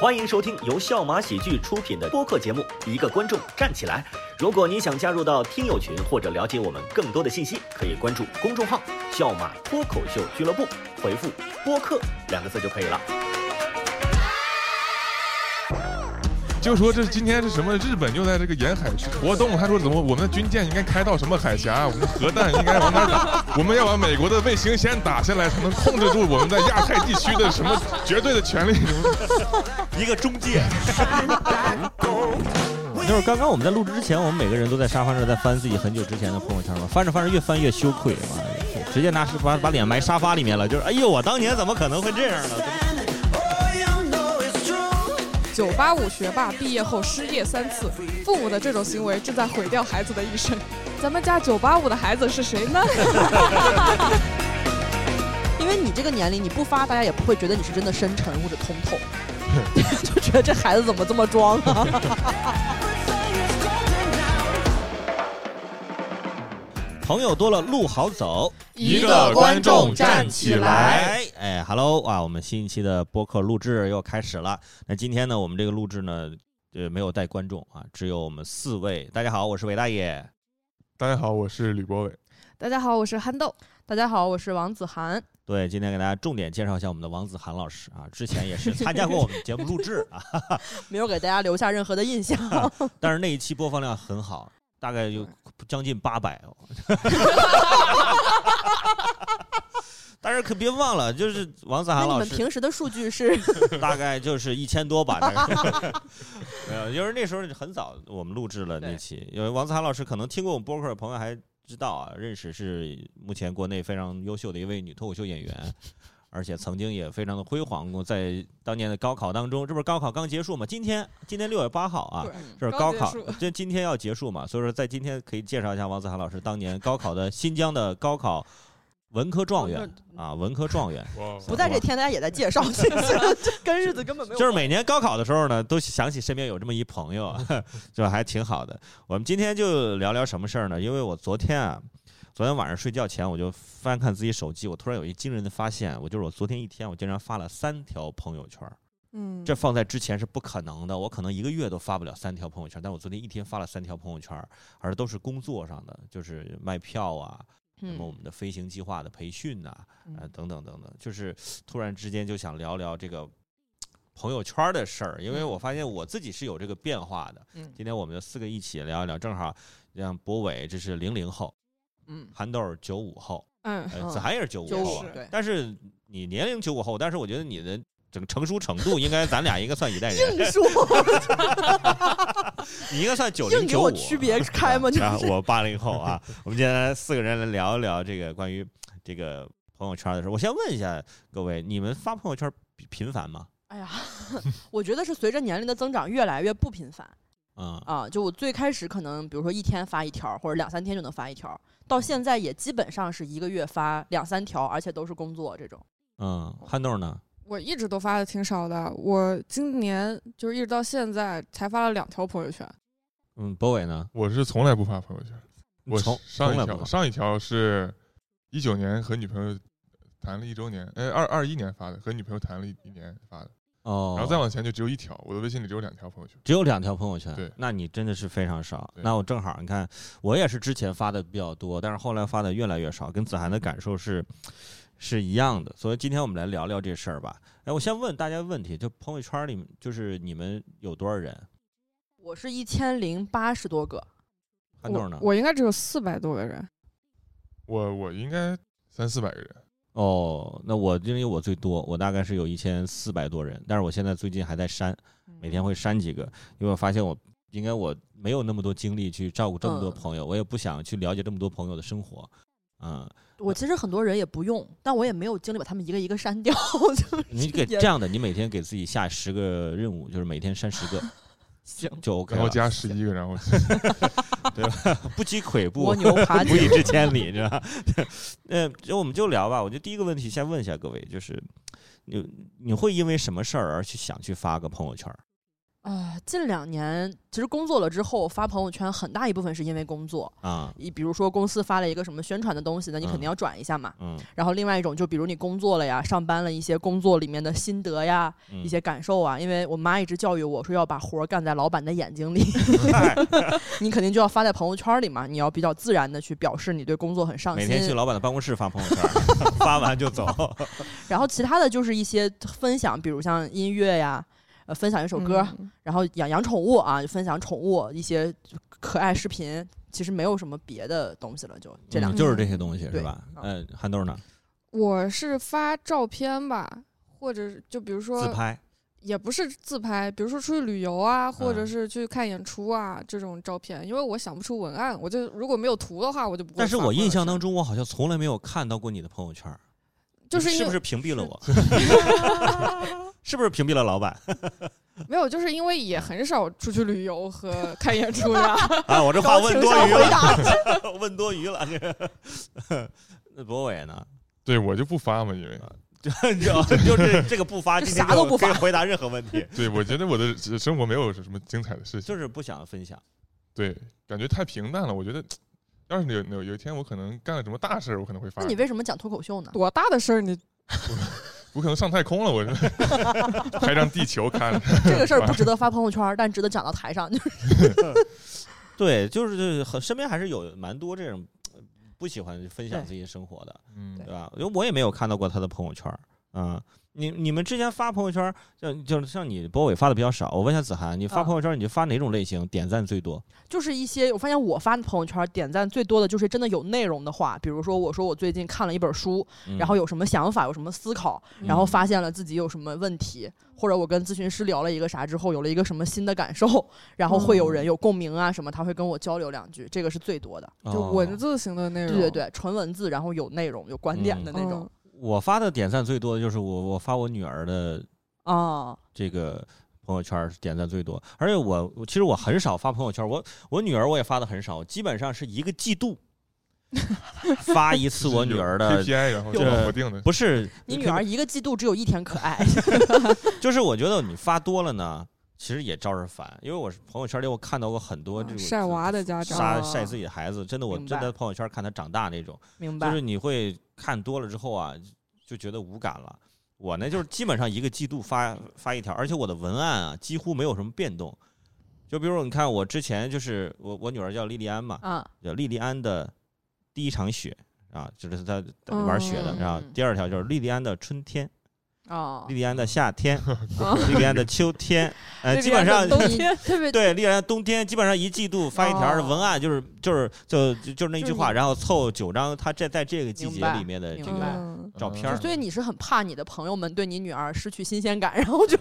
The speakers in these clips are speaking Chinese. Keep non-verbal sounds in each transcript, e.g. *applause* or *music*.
欢迎收听由笑马喜剧出品的播客节目《一个观众站起来》。如果你想加入到听友群或者了解我们更多的信息，可以关注公众号“笑马脱口秀俱乐部”，回复“播客”两个字就可以了。就说这今天是什么？日本又在这个沿海去活动，他说怎么我们的军舰应该开到什么海峡，我们的核弹应该往哪儿 *laughs* 打？我们要把美国的卫星先打下来，才能控制住我们在亚太地区的什么绝对的权利。一个中介，就是刚刚我们在录制之前，我们每个人都在沙发上在翻自己很久之前的朋友圈嘛，翻着翻着越翻越羞愧嘛，直接拿把把脸埋沙发里面了，就是哎呦，我当年怎么可能会这样呢？九八五学霸毕业后失业三次，父母的这种行为正在毁掉孩子的一生。咱们家九八五的孩子是谁呢？因为你这个年龄你不发，大家也不会觉得你是真的深沉或者通 *laughs* 透，就觉得这孩子怎么这么装啊？朋友多了路好走，一个观众站起来。哎，Hello 啊，我们新一期的播客录制又开始了。那今天呢，我们这个录制呢，呃，没有带观众啊，只有我们四位。大家好，我是韦大爷。大家好，我是吕博伟。 *laughs* 大家好，我是憨豆。大家好，我是王子涵。对，今天给大家重点介绍一下我们的王子涵老师啊，之前也是参加过我们节目录制啊，没有给大家留下任何的印象。但是那一期播放量很好，大概有将近八百哦。 *laughs* 但是可别忘了，就是王子那涵你老们师平时的数据是？ *laughs* 大概就是一千多吧，大概。没有，因为那时候很早我们录制了那期，因为王子涵老师可能听过我们播客的朋友还知道啊，认识是目前国内非常优秀的一位女脱口秀演员。而且曾经也非常的辉煌过，在当年的高考当中，这不是高考刚结束嘛？今天今天六月八号啊，这是高刚结考束，这今天要结束嘛，所以说在今天可以介绍一下王子涵老师当年高考的新疆的高考文科状元啊，文科状元，哇， *laughs* 不在这天，大家也在介绍，这这跟 *laughs* 日子根本没有。就是每年高考的时候呢，都想起身边有这么一朋友， *laughs* 就还挺好的。我们今天就聊聊什么事儿呢？因为我昨天啊，昨天晚上睡觉前我就翻看自己手机，我突然有一惊人的发现，我就是我昨天一天我竟然发了三条朋友圈儿，嗯，这放在之前是不可能的，我可能一个月都发不了三条朋友圈儿，但我昨天一天发了三条朋友圈儿，而都是工作上的，就是卖票啊，什么我们的飞行计划的培训呐、啊，嗯等等等等，就是突然之间就想聊聊这个朋友圈儿的事儿，因为我发现我自己是有这个变化的。嗯今天我们就四个一起聊一聊，正好像博伟这是零零后，嗯韩豆儿九五后，嗯，呃嗯子涵也是九五九后五啊，对，但是你年龄九五后，但是我觉得你的。整个成熟程度应该，咱俩应该算一代人，硬 *laughs* 说你应该算九零硬给九五。我区别 *laughs* 开吗？就啊是我八零后啊， *laughs* 我们今天四个人来聊一聊这个关于这个朋友圈的事。我先问一下各位，你们发朋友圈频频繁吗？哎呀，我觉得是随着年龄的增长，越来越不频繁嗯，啊。就我最开始可能，比如说一天发一条，或者两三天就能发一条，到现在也基本上是一个月发两三条，而且都是工作这种。嗯，憨豆呢？我一直都发的挺少的，我今年就是一直到现在才发了两条朋友圈。嗯，博伟呢？我是从来不发朋友圈。我从上从一来不条发上一条是一九年和女朋友谈了一周年，哎，二二一年发的，和女朋友谈了一一年发的，哦，然后再往前就只有一条，我的微信里只有两条朋友圈。只有两条朋友圈，对那你真的是非常少。对那我正好，你看，我也是之前发的比较多，但是后来发的越来越少，跟子涵的感受是是一样的。所以今天我们来聊聊这事儿吧。哎，我先问大家问题，就朋友圈里，就是你们有多少人？我是一千零八十多个，憨豆呢我？我应该只有四百多个人。我我应该三四百个人，哦，那我因为我最多，我大概是有一千四百多人，但是我现在最近还在删，每天会删几个，因为我发现我应该我没有那么多精力去照顾这么多嗯朋友，我也不想去了解这么多朋友的生活，嗯，我其实很多人也不用，但我也没有精力把他们一个一个删掉。 *laughs* 就是你给也这样的，你每天给自己下十个任务，就是每天删 *laughs* 十个行，就 OK 然后了，加十一个，然后 *laughs* 不积跬步 *laughs* 蜗，牛爬不以井，至千里，是吧？ *laughs* 呃，就我们就聊吧。我觉得第一个问题先问一下各位，就是你你会因为什么事儿而去想去发个朋友圈儿？啊、近两年其实工作了之后发朋友圈，很大一部分是因为工作。啊，你比如说公司发了一个什么宣传的东西，那你肯定要转一下嘛。嗯，然后另外一种就比如你工作了呀，上班了一些工作里面的心得呀，嗯一些感受啊。因为我妈一直教育我说要把活儿干在老板的眼睛里， *laughs* 哎你肯定就要发在朋友圈里嘛。你要比较自然的去表示你对工作很上每心。天去老板的办公室发朋友圈， *laughs* 发完就走。然后其他的就是一些分享，比如像音乐呀，呃，分享一首歌，嗯然后养养宠物啊，分享宠物一些可爱视频，其实没有什么别的东西了，就 *laughs* 这嗯两个。就是这些东西是对吧？啊嗯，憨豆呢？我是发照片吧，或者是就比如自说，拍，也不是自拍，比如说出去旅游啊，或者嗯是去看演出啊这种照片，因为我想不出文案，我就如果没有图的话，我就不会发。但是我印象或当者中，我好像从来没有看到过你的朋友圈儿，就是你因是为不是屏蔽了我？ *laughs* 是不是屏蔽了老板 *laughs* 没有，就是因为也嗯很少出去旅游和看演出呀。啊？我这话高 *laughs* 问情多商余回了， *laughs* 答，问多余了。这 *laughs* 个那博伟呢？ *laughs* 对我就不发嘛，因为就就就这这个不发，就今天啥都不可以发回答任何问题， *laughs* 对我觉得我的生活没有什么精彩的事情。就是不想分享。对，感觉太平淡了。我觉得，要是有有有一天我可能干了什么大事儿，我可能会发那，你为什么讲脱口秀呢？多大的事儿你我可能上太空了，我 *laughs* 这拍张地球看。 *laughs* 这个事儿不值得发朋友圈，但值得讲到台上。就是 *laughs* 对，就是就是很身边还是有蛮多这种呃不喜欢分享对自己生活的，嗯对，吧？因为我也没有看到过他的朋友圈儿啊。你你们之前发朋友圈儿，像就是像你博伟发的比较少。我问一下子涵，你发啊朋友圈儿你就发哪种类型？点赞最多？就是一些我发现我发的朋友圈点赞最多的就是真的有内容的话，比如说我说我最近看了一本书，嗯然后有什么想法，有什么思考，然后发现了自己有什么问题，或者我跟咨询师聊了一个啥之后，有了一个什么新的感受，然后会有哦人有共鸣啊什么，他会跟我交流两句，这个是最多的。就哦文字型的内容？对对，嗯对，纯文字，然后有内容、有观点的那种哦我发的点赞最多的就是我我发我女儿的啊。这个朋友圈儿点赞最多，而且我我其实我很少发朋友圈儿，我我女儿我也发的很少，我基本上是一个季度发一次我女儿的 KPI，然后有这样我定的。 *laughs* 不是你女儿一个季度只有一天可爱， *laughs* 就是我觉得你发多了呢，其实也招人烦，因为我是朋友圈里我看到过很多这种晒娃的家长晒啊晒自己的孩子，真的我明真的白朋友圈看他长大那种，明就白是？你会看多了之后啊，就觉得无感了。我呢就是基本上一个季度发发一条，而且我的文案啊几乎没有什么变动。就比如你看我之前就是我我女儿叫莉莉安嘛，啊，叫莉莉安的第一场雪啊，就是她玩雪的，嗯然后第二条就是莉莉安的春天，哦莉，莉安的夏天，莉莉安的秋天，呃，莉基莉安本上的 *laughs* 冬你特别对，历来冬天基本上一季度发一条儿哦文案，就是就是就就就是那就句是话，你然后凑九张他这在这个季明节白里面的这明白个，嗯照片儿所以你是很怕你的朋友们对你女儿失去新鲜感，然 *laughs* 后就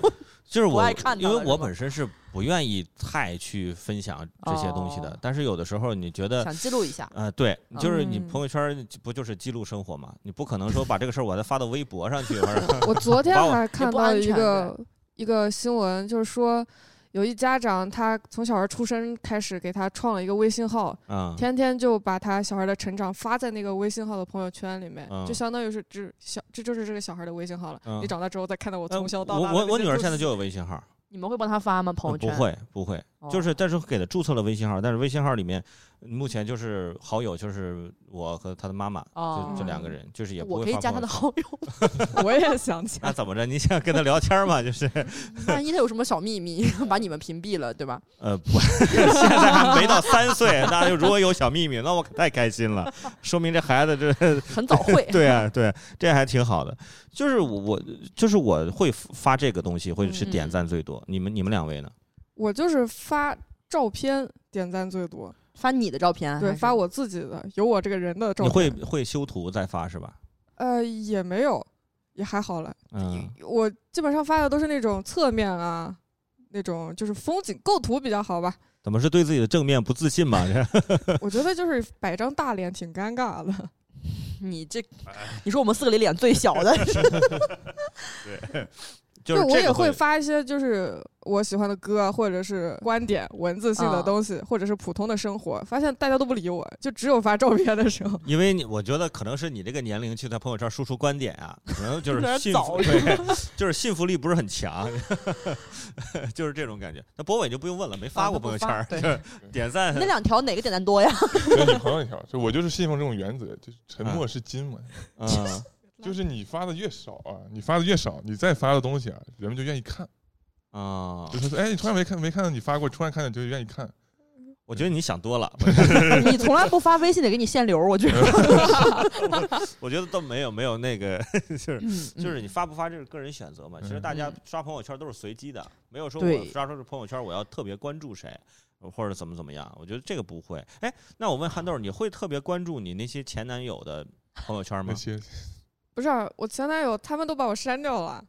就是不我爱看因到为了我是吗本身是不愿意太去分享这些东西的哦，但是有的时候你觉得。想哦记录一下。啊、对，就是你嗯朋友圈儿不就是记录生活嘛？你不可能说把这个事儿我再发到微博上去，或者嗯 *laughs* 我昨 *laughs* 天把我还看不到安一全个一个新闻，就是说有一家长他从小孩出生开始给他创了一个微信号，啊，天天就把他小孩的成长发在那个微信号的朋友圈里面，嗯就相当于是这小这就是这个小孩的微信号了。嗯你长大之后再看到我呃从小到我大的那些我注，我女儿现在就有微信号儿，你们会帮她发吗？朋嗯友不圈会不会，哦就是但是给她注册了微信号儿，但是微信号儿里面嗯目前就是好友就是我和她的妈妈，哦就这哦两个人，就是也不我会可以发加朋她友的圈好 *laughs* 友，我也想起来，那怎么着？你想跟他聊天嘛？就是 *laughs* 万一她有什么小秘 *laughs* 密，把你们屏蔽了，对吧？呃，不，现在还没到三岁，那就如果有小秘密，那我可太开心了，说明这孩子这很早会对啊，对啊，这还挺好的。就是我我就是我会发这个东西，会嗯是点赞最多。你们你们两位呢？我就是发照片点赞最多，发你的照片，对，啊还是发我自己的，有我这个人的照你片。会会修图再发是吧？呃，也没有，也还好了。嗯，我基本上发的都是那种侧面啊，那种就是风景构图比较好吧。怎么是对自己的正面不自信 *laughs* *laughs* 嘛？这我觉得就是摆张大脸挺尴尬的。你这，哎你说我们四个里 *laughs* 脸最小的，就是对，我这也个会发一些就是我喜欢的歌啊，或者是观点、文字性的啊东西，或者是普通的生活，发现大家都不理我，就只有发照片的时候， *laughs* 因为你我觉得可能是你这个年龄去在朋友圈输出观点啊，可能就有点是信早服，对， *laughs* 就是信服力不是很强， *laughs* 就是这种感觉。那博伟就不用问了，没发啊过他朋友不圈发儿，对就是点赞那两条哪个点 *laughs* 赞多呀？跟女朋友一条，就我就是信奉这种原则，就是沉默是金嘛，啊，就是你发的越少啊，你发的越少，你再发的东西啊，人们就愿意看，啊就，是说，哎，你突然没看没看到你发过，突然看见就愿意看，我觉得你想多了，你从来不发微信得给你限流，我觉得。 *laughs* 我觉得都没有没有那个 *laughs* 就是就就是你发不发这是个人选择嘛。其实嗯大家嗯刷朋友圈都是随机的，没有说我对刷出这朋友圈我要特别关注谁或者怎么怎么样。我觉得这个不会。哎，那我问憨豆儿，你会特别关注你那些前男友的朋友圈吗那？些不是啊、我前男友他们都把我删掉了，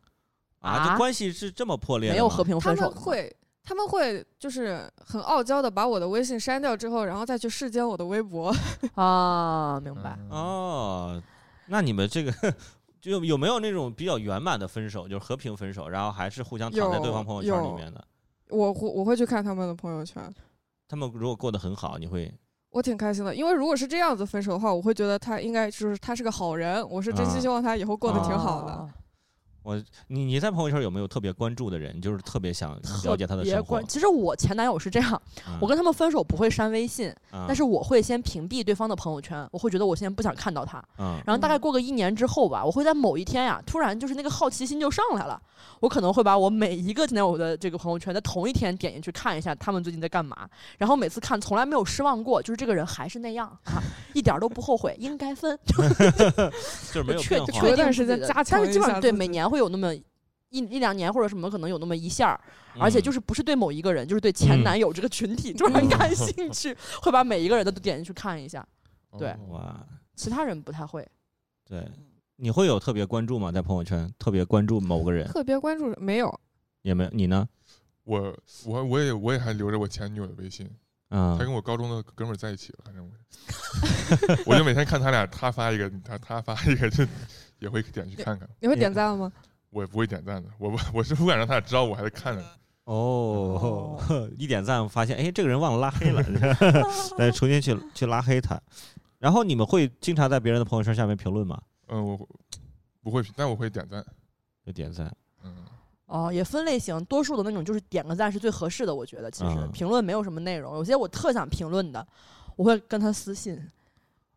啊，这啊关系是这么破裂的没吗？有和平他分手们的吗，会。他们会就是很傲娇的把我的微信删掉之后，然后再去世间我的微博。 *laughs* 啊，明嗯白。啊，哦，那你们这个 *laughs* 就有没有那种比较圆满的分手，就是和平分手，然后还是互相藏在对方有朋友圈里有面的？我会我会去看他们的朋友圈，他们如果过得很好，你会我挺开心的，因为如果是这样子分手的话，我会觉得他应该就是他是个好人，我是真啊心希望他以后过得挺好的。啊我你你在朋友圈有没有特别关注的人，就是特别想了解他的别生活啊关？其实我前男友是这样，我跟他们分手不会删微信，嗯，但是我会先屏蔽对方的朋友圈，我会觉得我现在不想看到他。嗯然后大概嗯过个一年之后吧，我会在某一天呀，突然就是那个好奇心就上来了，我可能会把我每一个今天我的这个朋友圈在同一天点进去看一下他们最近在干嘛，然后每次看从来没有失望过，就是这个人还是那样啊，一点儿都不后悔，应该分，就是 *laughs* 没有确变确化确定一段自时间己的加强但是一基本下上对自每己年会有那么。一一两年或者什么，可能有那么一下儿，而且就是是不是对某一个人，就是对前嗯男友这个群体突然嗯感兴趣，会把每一个人的都点进去看一下，对哦哇，其他人不太会。对，你会有特别关注吗？在朋友圈特别关注某个人特别关注人没有，也没有？你呢？我我我也我也还留着我前女友的微信，嗯她，跟我高中的哥们儿在一起了，反 *laughs* 正我，我就每天看他俩，他发一个，他他发一个，就也会点去看看。你会也点赞吗？我也不会点赞的，我不我是不敢让他俩知道我还在看着。哦， *laughs* 一点赞发现，哎，这个人忘了拉黑了， *laughs* 但是重新去去拉黑他。然后你们会经常在别人的朋友圈下面评论吗？嗯，我不会，但我会点赞。就点赞， *laughs* 嗯，哦，也分类型，多数的那种就是点个赞是最合适的，我觉得其实、嗯评论没有什么内容，有些我特想评论的，我会跟他私信。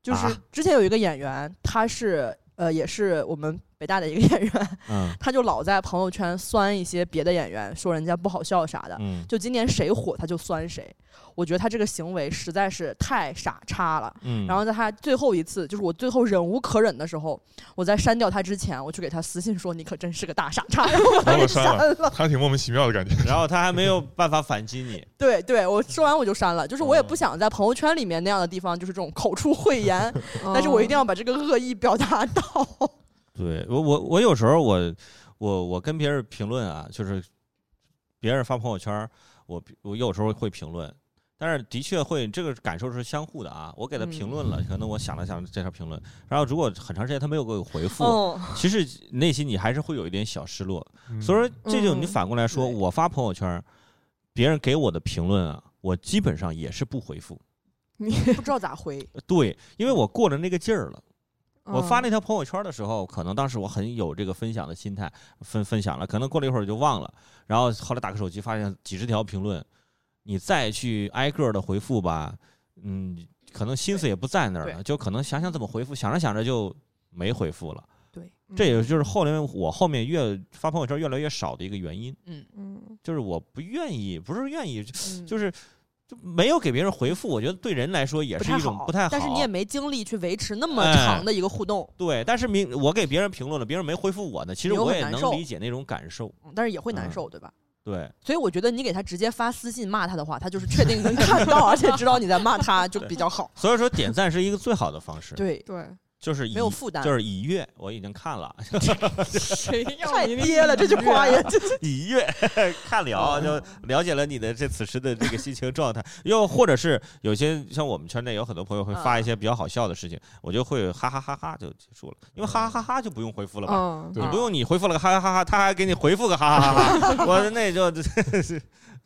就是啊之前有一个演员，他是呃也是我们北大的一个 *laughs* 演员， *laughs* 嗯他就老在朋友圈酸一些别的演员，说人家不好笑啥的。嗯就今年谁火他就酸谁，我觉得他这个行为实在是太傻叉了。嗯，然后在他最后一次，就是我最后忍无可忍的时候，我在删掉他之前，我去给他私信说：“你可真是个大傻叉。”然后我然把后他我给删删了了。他挺莫名其妙的感觉。然后他还没有办法反击你， *laughs* 对对，我说完我就删了，就是我也嗯不想在朋友圈里面那样的地方，就是这种口出秽言， *laughs* 嗯但是我一定要要把这个恶意表达 *laughs* 到。 *laughs* 对我我我有时候我我我跟别人评论啊，就是别人发朋友圈儿，我我有时候会评论，但是的确会这个感受是相互的啊。我给他评嗯论了，可能我想了想这条评论，然后如果很长时间他没有给我回复，嗯，其实内心你还是会有一点小失落。 *laughs* 嗯所以说这就你嗯反过来说，对我发朋友圈儿，别人给我的评论啊，我基本上也是不回复。你，不知道咋回。对，因为我过了那个劲儿了。嗯我发那那条朋友圈的时候，可能当时我很有这个分享的心态，分分享了，可能过了一会儿就忘了，然后后来打开手机发现几十条评论，你再去挨个的回复吧，嗯，可能心思也不在那儿了，对就可能想想怎么回复，想着想着就没回复了。对，嗯这也就是后来我后面越发朋友圈越来越少的一个原因，嗯，嗯，就是我不愿意，不是愿意，嗯就是就没有给别人回复，我觉得对人来说也不是太一种好，不太好。啊但是你也没精力去维持那么哎长的一个互动，对，但是明我给别人评论了，别人没回复我呢，其实你又我很也难能受理解那种感受。嗯但是也会嗯难受，对吧？对，所以我觉得你给他直接发私信骂他的话，他就是确定能 *laughs* 看到，而且知道你在骂他，就比较好。所以说点赞是一个最好的方式。，对，对，嗯就是以没有负担就是以月我已经看了，谁 *laughs* 要太你的憋了，这句话也真是 *laughs* 以月看 *laughs* 了就了解了你的这此时的这个心情状态， *laughs* 又或者是有些像我们圈内有很多朋友会嗯发一些比较好笑的事情，我就会哈哈哈哈就结束了，因为哈哈哈哈就不用回复了嘛。嗯，对你啊不用你回复了个哈哈哈哈，他还给你回复个哈哈哈 *laughs* 哈，我说那就 *laughs*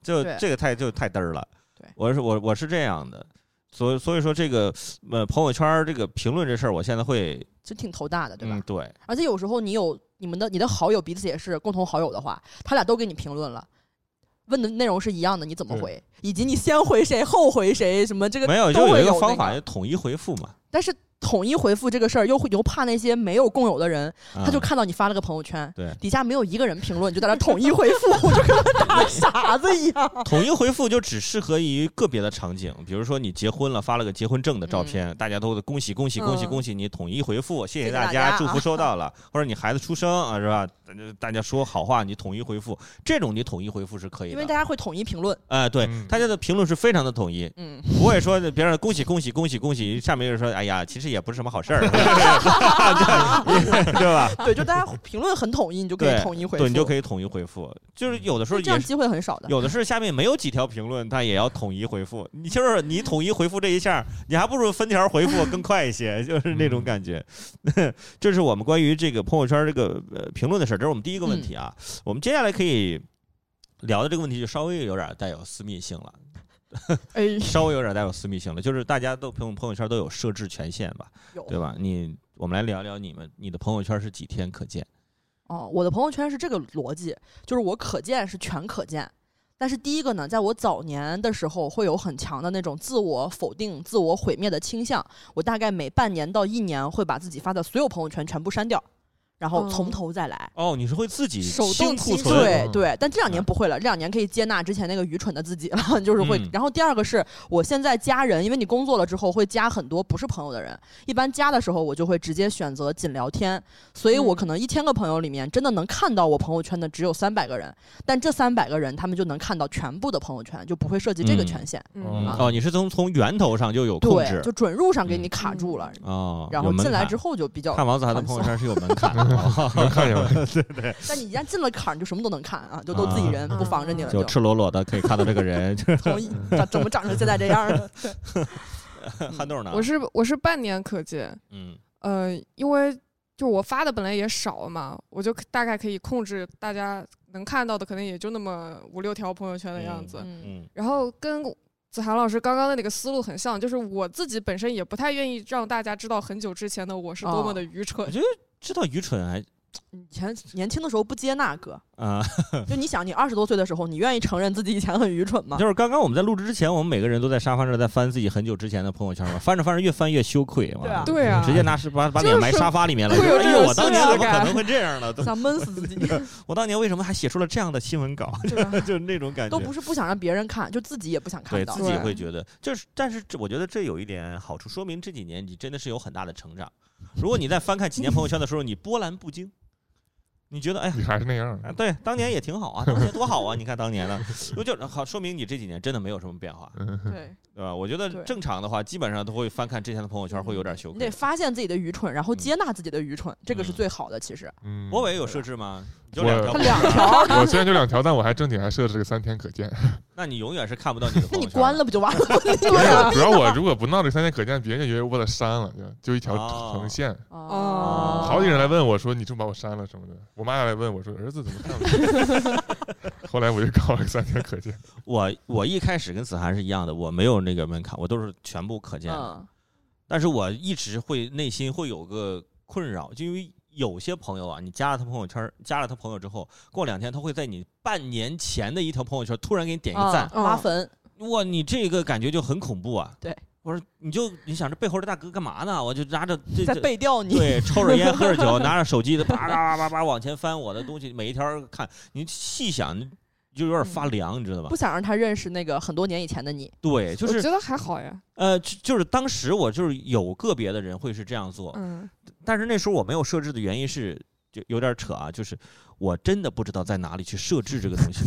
就对这个太就太嘚儿了对。我是我我是这样的，所以所以说这个呃朋友圈儿这个评论这事儿，我现在会就挺头大的，对吧？嗯对，而且有时候你有你们的你的好友彼此也是共同好友的话，他俩都给你评论了，问的内容是一样的，你怎么对回？以及你先回谁后回谁什么这个没有都就会有一个那方法，就统一回复嘛。但是统一回复这个事儿又会又怕那些没有共有的人，嗯他就看到你发了个朋友圈，对底下没有一个人评论，你就在那儿统一回复， *laughs* 我就跟他打傻子一样。统一回复就只适合于个别的场景，比如说你结婚了，发了个结婚证的照片，大家都恭喜恭喜恭喜嗯恭喜你！统一回复，谢谢谢大大家祝福收到了，或者你孩子出生啊，是吧？ *laughs* 大家大家说好话，你统一回复，这种你统一回复是可以因为的。大家会统一评论，哎、对嗯，大家的评论是非常的统一，嗯，不会说别人恭喜恭喜恭喜恭喜，下面有人说哎呀，其实也不是什么好事儿， *laughs* 对吧？ *laughs* 对，就大家评论很统一，你就可以对统一回复，对，你就可以统一回复，就是有的时候这也样是。机会很少的。有的是下面没有几条评论，他也要统一回复。你就是你统一回复这一下，你还不如分条回复更快一些，就是那种感觉。 *laughs* 这是我们关于这个朋友圈这个呃评论的事儿，这是我们第一个问题啊。我们接下来可以聊的这个问题就稍微有点带有私密性了，哎，稍微有点带有私密性了，就是大家都朋友朋友圈都有设置权限吧，有对吧？你我们来聊聊你们你的朋友圈是几天可见？哦，我的朋友圈是这个逻辑，就是我可见是全可见。但是第一个呢，在我早年的时候，会有很强的那种自我否定、自我毁灭的倾向。我大概每半年到一年会把自己发的所有朋友圈全部删掉，然后从哦头再来。哦，你是会自己手动清库清存？对嗯对，但这两年不会了，这两年可以接纳之前那个愚蠢的自己了， *laughs* 就是会。嗯然后第二个是我现在加人，因为你工作了之后会加很多不是朋友的人，一般加的时候我就会直接选择仅聊天，所以我嗯可能一千个朋友里面真的能看到我朋友圈的只有三百个人，但这三百个人他们就能看到全部的朋友圈，就不会涉及这个嗯权限，嗯哦，你是从从源头上就有控制对，就准入上给你卡住了，哦，然有后门进来槛之后就比较看王子涵的朋宽友松圈是有门槛的，啊 *laughs* 能看见 *laughs* 吗？但你一旦进了坎儿，你就什么都能看啊，就都自己啊人，不防着你了，就就赤裸裸的可以看到这个人。 *laughs* 就是从一长怎么长成现在这样的。憨豆呢我是我是半年可见，嗯呃，因为就我发的本来也少嘛，我就大概可以控制大家能看到的，可能也就那么五六条朋友圈的样子。嗯嗯然后跟子涵老师刚刚的那个思路很像，就是我自己本身也不太愿意让大家知道很久之前的我是多么的愚蠢。哦知道愚蠢还 *laughs* 以前年轻的时候不接纳哥，啊，就你想，你二十多岁的时候，你愿意承认自己以前很愚蠢吗？就是刚刚我们在录制之前，我们每个人都在沙发上在翻自己很久之前的朋友圈嘛，翻着翻着越翻越羞愧对啊嘛，对啊，直接拿是把把脸埋沙发里面了。就是哎呦，我当年会怎么有这种可能会这样呢？都想闷死自己， *laughs* 我当年为什么还写出了这样的新闻稿？ *laughs* 对吧？就是那种感觉都。不是不想让别人看，就自己也不想看对到自。己对会觉得，就是，但是这我觉得这有一点好处，说明这几年你真的是有很大的成长。如果你在翻看几年朋友圈的时候，你波澜不惊，你觉得哎呀，你还是那样， *laughs* 啊对，当年也挺好啊，当年多好啊，你看当年的，我就好说明你这几年真的没有什么变化，嗯对，对吧？我觉得对正常的话，基本上都会翻看之前的朋友圈，会有点羞 *laughs* 你得愧。发现自己的愚蠢，然后接纳自己的愚蠢，这个是嗯最好的。其实嗯，博伟有设置吗？你就我两条他朋友两圈，条，我虽然就两条，但我还正经还设置个三天可见。那你永远是看不到你的 *laughs* 那朋你友圈。关了不就完 *laughs* 了吗？对啊，主要我如果不闹这三天可见，别人以为我把它删了，就就一条哦横线。嗯哦好几个人来问我说：“你这么把我删了什么的？”我妈也来问我说：“儿子怎么看我？” *laughs* 后来我就搞了个三天可见，我我一开始跟子涵是一样的，我没有那个门槛，我都是全部可见的。嗯，但是我一直会内心会有个困扰，就因为有些朋友啊，你加了他朋友圈儿，加了他朋友之后，过两天他会在你半年前的一条朋友圈突然给你点一个赞，嗯挖坟，哇，你这个感觉就很恐怖啊！对，我说你就你想这背后这大哥干嘛呢？我就拿着这在这背调你。对，抽着烟，喝着 *laughs* 酒，拿着手机的啪啪啪啪啪往前翻我的东西，每一条儿看，你细想你就有点发凉，你知道吗嗯不？想让他认识那个很多年以前的你，对，就我是觉得还好呀，呃，就就是当时我就是有个别的人会是这样做，嗯，但是那时候我没有设置的原因是，就有点扯啊，就是我真的不知道在哪里去设置这个东西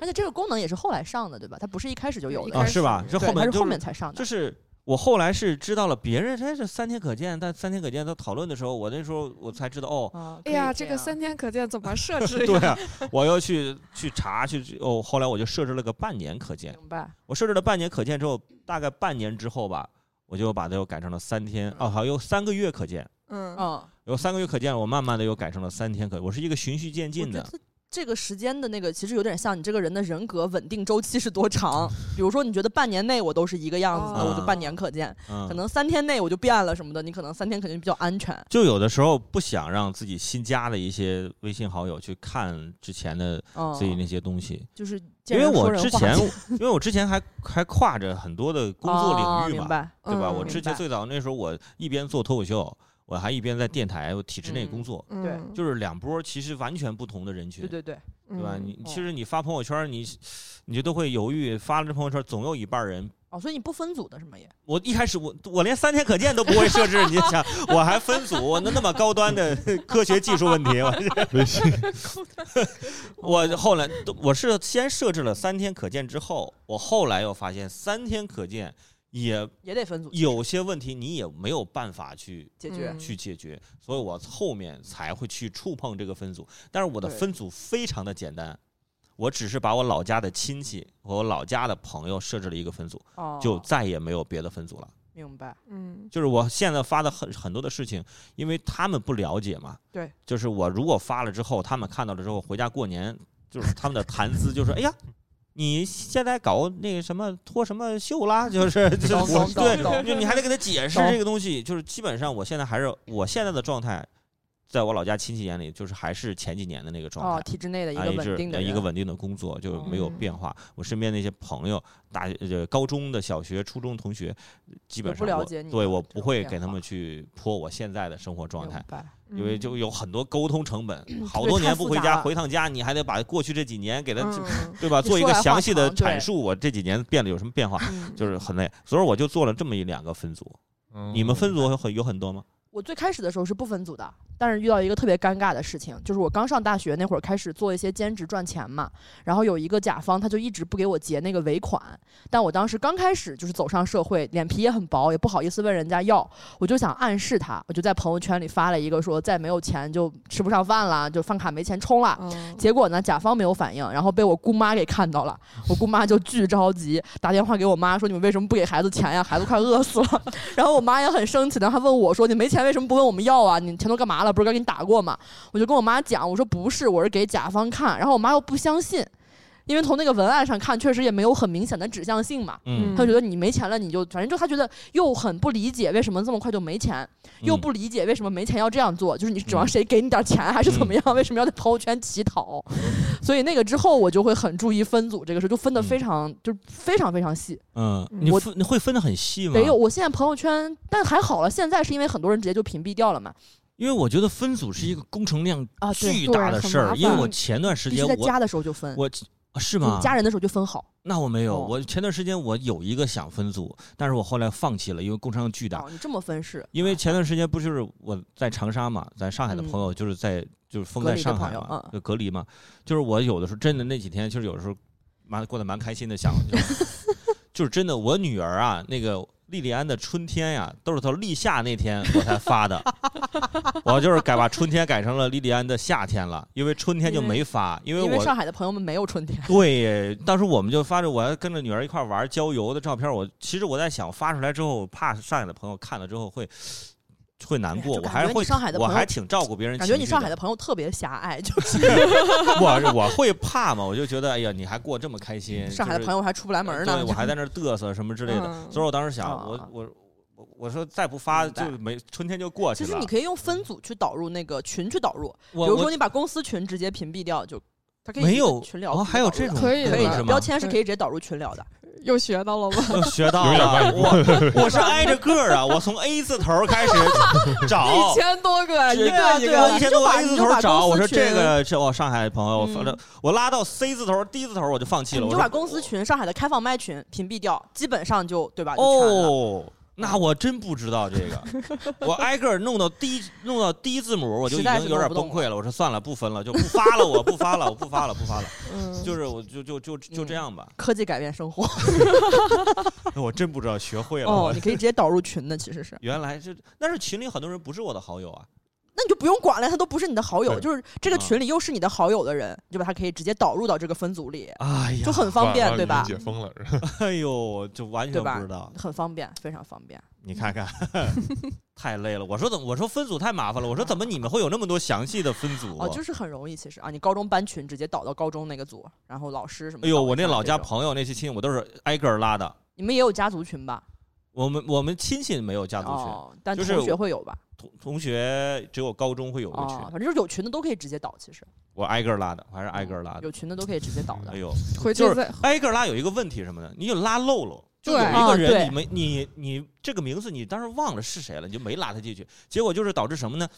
而且这个功能也是后来上的，对吧？它不是一开始就有一的开啊，始是吧？这对后它面是就后面才上的就。是我后来是知道了别人，真是三天可见，但三天可见他讨论的时候，我那时候我才知道 *laughs* 哦，哎呀，这个三天可见怎 *laughs* 么设置呀？对啊，我又去去查去哦，后来我就设置了个半年可见，明白？我设置了半年可见之后，大概半年之后吧，我就把它又改成了三天，哦，好，有三个月可见，嗯嗯，有三个月可见，我慢慢的又改成了三天可，我是一个循序渐进的，这个时间的那个其实有点像你这个人的人格稳定周期是多长。比如说，你觉得半年内我都是一个样子的，哦我就半年可见；嗯可能三天内我就变了什么的，你可能三天肯定比较安全。就有的时候不想让自己新加的一些微信好友去看之前的嗯自己那些东西，就是因见为人说我人之话前见，因为我之前还还跨着很多的工作领域哦明嘛，白对吧？嗯我之前明白最早那时候，我一边做脱口秀，我还一边在电台我体制内工作，嗯对就是两波其实完全不同的人群，对对对，对吧？嗯你哦其实你发朋友圈，你你就都会犹豫，发了朋友圈总有一半人。哦，所以你不分组的是吗？也我一开始我我连三天可见都不会设置，你想我还分组，我那那么高端的 *laughs* 科学技术问题，我 *laughs* 微信我哦后来都我是先设置了三天可见之后，我后来又发现三天可见也也得分组有些问题你也没有办法去解决嗯。去解决，所以我后面才会去触碰这个分组。但是我的对分组非常的简单，我只是把我老家的亲戚和我老家的朋友设置了一个分组，哦，就再也没有别的分组了。明白。嗯就是我现在发的很很多的事情，因为他们不了解嘛，对，就是我如果发了之后，他们看到了之后，回家过年就是他们的谈资就说，哎呀。你现在搞那个什么脱什么秀啦，就是就是懂懂懂对，懂就你还得给他解释懂这个东西，就是基本上我现在还是我现在的状态，在我老家亲戚眼里就是还是前几年的那个状态，哦，体制内的一啊，个一直稳定的呃一人嗯个稳定的工作就没有变化。我身边那些朋友，大呃高中的、小学、初中同学，基本不上了我解你对的我这不种会变给他化们去泼我现在的生活状态明。白因为嗯就有很多沟通成 *clears throat* 本，好对多嗯太年不复回杂家，了回趟家你还得把过去这几年给他，嗯对吧？你做一说个来话详细的长对阐述，我这几年变得有什么变 *laughs* *laughs* 化，嗯就是很累。所以我就做了这么一两个分组。嗯你们分组有很有很多吗？我最开始的时候是不分组的，但是遇到一个特别尴尬的事情，就是我刚上大学那会儿开始做一些兼职赚钱嘛，然后有一个甲方他就一直不给我结那个尾款，但我当时刚开始就是走上社会，脸皮也很薄，也不好意思问人家要，我就想暗示他，我就在朋友圈里发了一个说再没有钱就吃不上饭了，就饭卡没钱充啊了。嗯结果呢，甲方没有反应，然后被我姑妈给看到了，我姑妈就巨着急，打电话给我妈说：“你们为什么不给孩子钱呀？孩子快饿死了。” *laughs* 然后我妈也很生气，然后她问我说：“你没钱为什么不问我们要啊？你钱都干嘛了？不是刚给你打过吗？”我就跟我妈讲，我说：“不是，我是给甲方看。”然后我妈又不相信，因为从那个文案上看，确实也没有很明显的指向性嘛。嗯她就觉得你没钱了，你就反正就她觉得又很不理解为什么这么快就没钱，又嗯不理解为什么没钱要这样做，就是你指望谁给你点钱还是嗯怎么样？为什么要在朋友圈乞讨？ *laughs* 所以那个之后我就会很注意分组这个事，就分得非常、就是非常非常细。嗯，你我分你会分得很细吗？得有，我现在朋友圈，但还好了，现在是因为很多人直接就屏蔽掉了嘛。因为我觉得分组是一个工程量啊对巨对大的很事儿，麻因为烦我前段时必间须在我家的时候就分，我啊是就是吗？家人的时候就分好。那我没有，哦我前段时间我有一个想分组，但是我后来放弃了，因为工程量巨大。哦，你这么分是因为前段时间不就是我在长沙嘛，在上海的朋友就是在、就是封嗯隔在离的上朋海友嘛，嗯就隔离嘛，就是我有的时候真的那几天就是有的时候蛮过得蛮开心的，想就是就是 *laughs* 真的我女儿啊那个。莉莉安的春天呀，都是到立夏那天我才发的，我就是改把春天改成了莉莉安的夏天了，因为春天就没发，因为因为我上海的朋友们没有春天。 *laughs* 对，当时我们就发着，我还跟着女儿一块儿玩郊游的照片儿。我其实我在想，发出来之后，怕上海的朋友看了之后会会难过，哎呀我就感还觉会你上海的我朋还友挺照顾别人情感绪。觉你上海的，朋友特别狭隘，就是我我会怕嘛，我就觉得哎呀，你还过这么开心， *laughs* 上海的朋友友还出不来门呢对，。我还在那儿嘚瑟什么之类的。嗯所以我当时想，啊我我我我说再不发明白就没春天就过去其了。实你可以用分组去导入那个群去导入，我比如我说你把公司群直接屏蔽掉，就它可以没一个有群聊哦可以还有导入这的种可以可的以吧是吗标？签是可以直接导入群聊的。又学到了吗？呃 *laughs* 学到有点歪了，我我是挨着个儿啊，我从 A 字头开始 *laughs* 找 *laughs* 一，千多个，一对个啊一对个啊，你一千就多把 A 字你就头把找，公我司说这群个是我上海的朋友，我反正我拉到 C 字头、D 字头我就放弃了，哎你我就说把公司群、上海的开放麦群屏蔽掉，基本上就对吧？就全了哦，那我真不知道这个，我挨个儿弄到第一弄到第一字母，我就已实在经是有弄点不崩动溃了。我说算了，不分了，就不发了，我不发了，我不发了，不发了。嗯就是我就就就就这样吧。 *laughs* 科技改变生活。我真不知道，学会了。哦，你可以直接导入群的，其实是。原来是，但是群里很多人不是我的好友啊。那你就不用管了，他都不是你的好友，对就是这个啊群里又是你的好友的人，你就把他可以直接导入到这个分组里，哎呀啊就很方便，对吧？解封了，哎呦，就完对全吧不知道？。很方便，非常方便。你看 *laughs* 看，太累了。我说怎么？我说分组太麻烦了。我说怎么你们会有那么多详细的分组？哦，就是很容易，其实啊，你高中班群直接导到高中那个组，然后老师什么。哎呦，我那老家友，朋友那些亲戚，我都是挨个儿拉的。你们也有家族群吧？我们我们亲戚没有家族群，哦，但就同是学我会有吧？同同学只有高中会有个群，哦，反正就是有群的都可以直接导，其实嗯我挨个儿拉的，我还是挨个儿拉的。有群的都可以直接导的哎。呦，回去就是再挨个儿拉有一个问题什么呢？你就拉漏了。就有对一个啊对人，你没你你这个名字，你当时忘了是谁了，你就没拉他进去。结果就是导致什么 *laughs* 呢？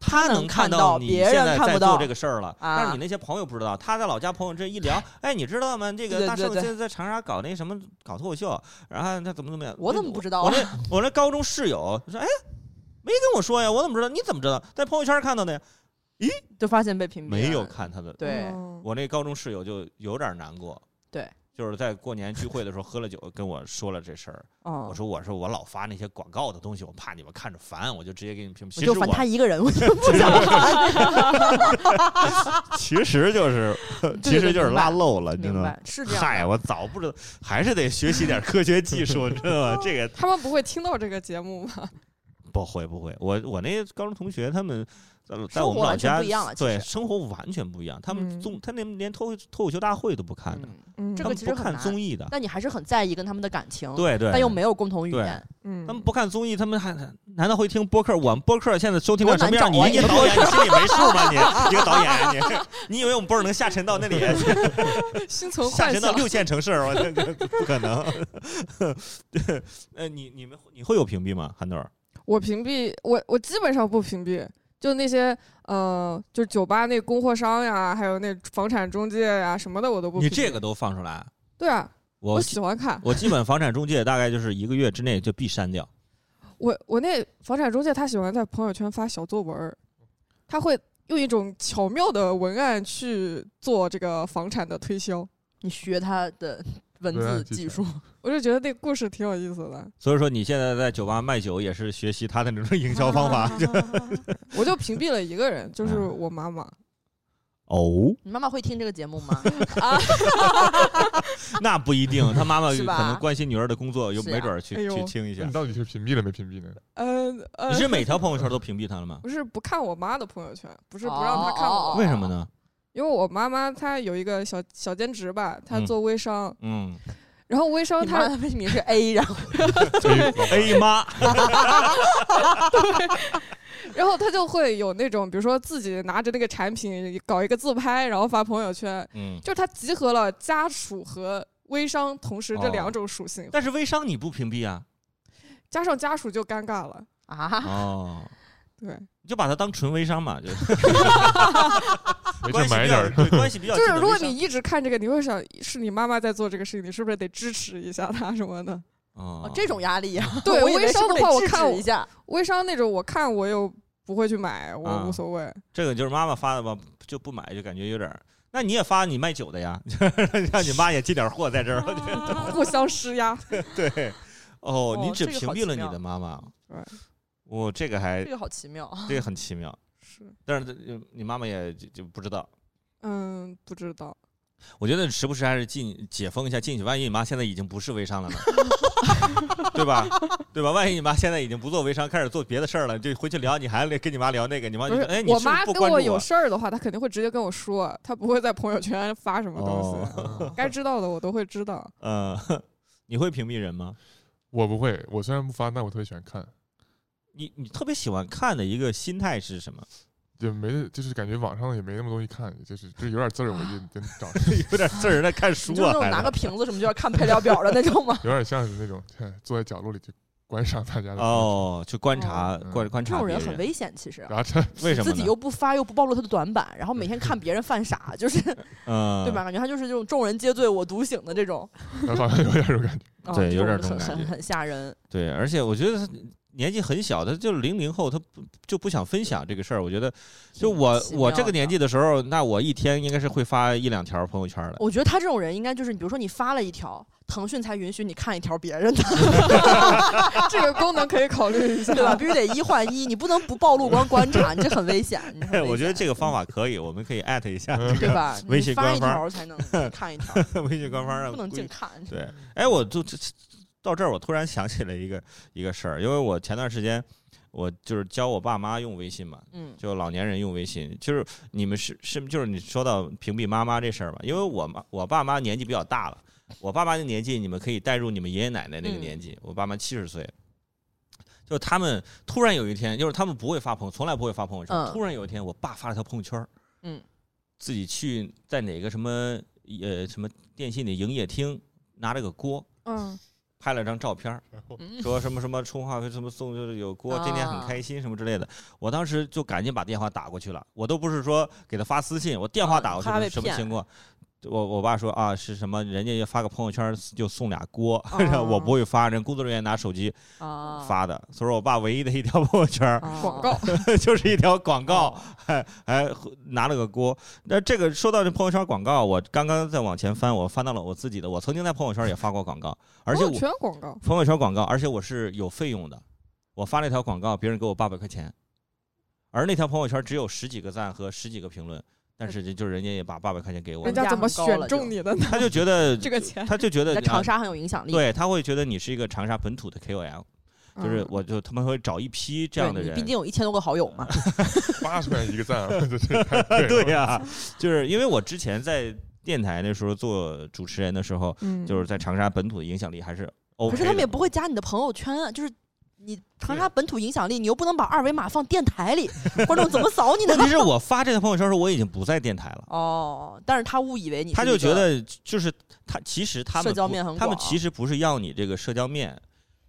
他能能看到到你别现人在看在不做到这个事儿了，啊但是你那些朋友不知道。他在老家朋友这一 *laughs* 聊，哎，你知道吗？这对个大对圣对现在在长沙搞那什么搞脱口秀，然后他怎么怎么样？我怎么不知道啊我那我那高中室友说，哎，没跟我说呀，我怎么知道？你怎么知道？在朋友圈看到的呀，就发现被屏蔽了。没有看他的对，嗯我那高中室友就有点难过。对，就是在过年聚会的时候喝了酒，跟我说了这事儿。嗯，我说我说我老发那些广告的东西，我怕你们看着烦，我就直接给你们屏蔽。我其实就烦他我一个人，我就不想烦。其实就是 *laughs* 对对明白漏了明白，是这样的。嗨，我早不知道，还是得学习点科学技术，你知道吗？这 *laughs* 个他们不会听到这个节目吗？不会不会，我我那高中同学他们在在生我们活老完全家不一样了其对实生活完全不一样。他们嗯综、他那连脱脱口秀大会都不看的，嗯嗯这他个们其实不很看难综艺的，但你还是很在意跟他们的感情，对对，但又没有共同语言，嗯他们不看综艺，他们还难道会听播客？我们播客现在收听量什么样？你多难一个导 *laughs* 演，你心里没数吗？你一个导演，你你以为我们播客能下沉到 *laughs* 那里？心存下幻沉到想。六线城市，我这这不可能。 *laughs* 呃，你你们你会有屏蔽吗？韩豆儿，我屏蔽我我基本上不屏蔽，就那些呃，就是酒吧那供货商呀，还有那房产中介呀什么的，我都不屏蔽。你这个都放出来，对啊，我我喜欢看。我基本房产中介大概就是一个月之内就必删掉。我我那房产中介他喜欢在朋友圈发小作文儿，他会用一种巧妙的文案去做这个房产的推销，你学他的文文字案技 *laughs* 技术，我就觉得那故事挺有意思的。所以说你现在在酒吧卖酒也是学习他的那种营销方 *laughs* 法。就我就屏蔽了一个人，就是嗯我妈妈。哦，你妈妈会听这个节目吗？那不一定，他妈妈是可吧能关心女儿的工作，又是啊没准儿去哎呦去听一下 *laughs* 你。到底是屏蔽了没屏 *laughs* 蔽呢？呃呃你，是 *laughs* 每条朋友圈都屏蔽他了吗？ *laughs* 不是不看我妈的朋友圈，不是不让她看我，哦为什么呢？因为我妈妈她有一个小小兼职吧，她嗯做微商，嗯然后微商你妈她妈为什么是 A？然后，A 哎妈，然后他就会有那种，比如说自己拿着那个产品搞一个自拍，然后发朋友圈，嗯，就是他集合了家属和微商同时这哦两种属性，但是微商你不屏蔽啊？加上家属就尴尬了。啊，哦，对，你就把它当纯微商嘛，就没事关儿系买点比较儿。对关系比较就近的微商。是如果你一直看这个，你会想是你妈妈在做这个事情，你是不是得支持一下她什么的？哦哦这种压力呀、 *laughs* 啊。对我以为微商是不的是得话，我制止看一下，微商那种，我看我又不会去买，我啊无所谓。这个就是妈妈发的吧，就不买就感觉有点儿。那你也发你卖酒的呀， *laughs* 让你妈也进点货在 *laughs* 这儿。啊 *laughs* 互相施压，对，哦，哦你只这个屏好蔽奇了你妙的妈妈对。我、这个还这个好奇妙。啊这个很奇妙，是但是你妈妈也就就不知道。嗯，不知道。我觉得时不时还是进解封一下进去，万一你妈现在已经不是微商了呢，对吧？对吧？万一你妈现在已经不做微商，开始做别的事儿了，就回去聊，你还得跟你妈聊那个，你妈不就是说，哎，你我是不是妈不跟关注有事儿的话，她肯定会直接跟我说，她不会在朋友圈发什么东西。哦，该知道的我都会知道。呃，你会屏蔽人吗？我不会，我虽然不发，但我特别喜欢看，你你特别喜欢看的一个心态是什么？ *laughs* 也没就是感觉网上也没那么东西看，就是就是有点字儿我 *laughs* 就真找，？有点事儿在看书啊 *laughs* 你就是那种拿个瓶子什么就要看配料表的那种吗有点像是那种坐在角落里就观赏大家的哦，去观察观观这察种别人很危险，其实然后这为什么自呢？己又不发又不暴露他的短板，然 *laughs* 后每天看别人犯傻，就是 *laughs* 嗯，对吧？？感觉他就是这种众人皆醉我独醒的这种，然后好像有点这种感觉。*laughs* 啊对这有点这种种很感很觉很吓人。对，而且我觉得他年纪很小，他就是零零后，他不就不想分享这个事儿。我觉得，就我奇我妙这个的年纪的时候，那我一天应该是会发一两条朋友圈的。我觉得他这种人应该就是，比如说你发了一条，腾讯才允许你看一条别人的， *laughs* 这个功能可以考虑一下，对吧？？必须得一换一，你不能不暴露光观察，你这很危险。你这很危 *laughs* 我觉得这险个方法可以，我们可以艾特一下对吧？微你信发官一方条才能看一条， *laughs* 微信官方，让不能估净计看。对，哎，我就这到这儿，我突然想起了一个一个事儿，因为我前段时间我就是教我爸妈用微信嘛，嗯，就老年人用微信，就是你们是是就是你说到屏蔽妈妈这事儿嘛，因为我妈我爸妈年纪比较大了，我爸妈的年纪你们可以带入你们爷爷奶奶那个嗯年纪，我爸妈七十岁，就他们突然有一天，就是他们不会发朋友，从来不会发朋友圈，嗯突然有一天我爸发了条朋友圈，嗯，自己去在哪个什么呃什么电信的营业厅拿了个锅。嗯，拍了张照片儿， *laughs* 嗯说什么什么充话费什么送就是有锅，今天很啊开心什么之类的。我当时就赶紧把电话打过去了，我都不是说给他发私信，我电话打过去嗯怕被了什么骗情况？我我爸说啊是什么，人家要发个朋友圈就送俩锅，哦我不会发，人工作人员拿手机啊，发的，所以说我爸唯一的一条朋友圈哦广告 *laughs* 就是一条广告，还还拿了个锅。那这个说到这朋友圈广告，我刚刚在往前翻，我翻到了我自己的，我曾经在朋友圈也发过广告，而且哦朋我友圈广告，朋友圈广告，而且我是有费用的。我发了一条广告，别人给我八百块钱，而那条朋友圈只有十几个赞和十几个评论，但是这就人家也把八百块钱给我人了，家怎么选中你的呢？他就觉得这个钱他就觉得在长啊沙很有影响力，对，他会觉得你是一个长沙本土的 KOL，就是嗯我就他们会找一批这嗯对，样的你人毕，竟有一千多个好友嘛。八十块钱一个 *laughs* 赞，这这太对对呀、就是因为我之前在电台那时候做主持人的时候，嗯，就是在长沙本土的影响力还是 OK，可是他们也的不会加你的朋友圈啊，就是你长沙本土影响力，你又不能把二维码放电台里，观众怎么扫你呢 *laughs* 问？题是我发这条朋友圈的时候，我已经不在电台了。哦，但是他误以为你是他一就个觉得就是他其实他们社交不面很他们广其实不是要你这个社交面，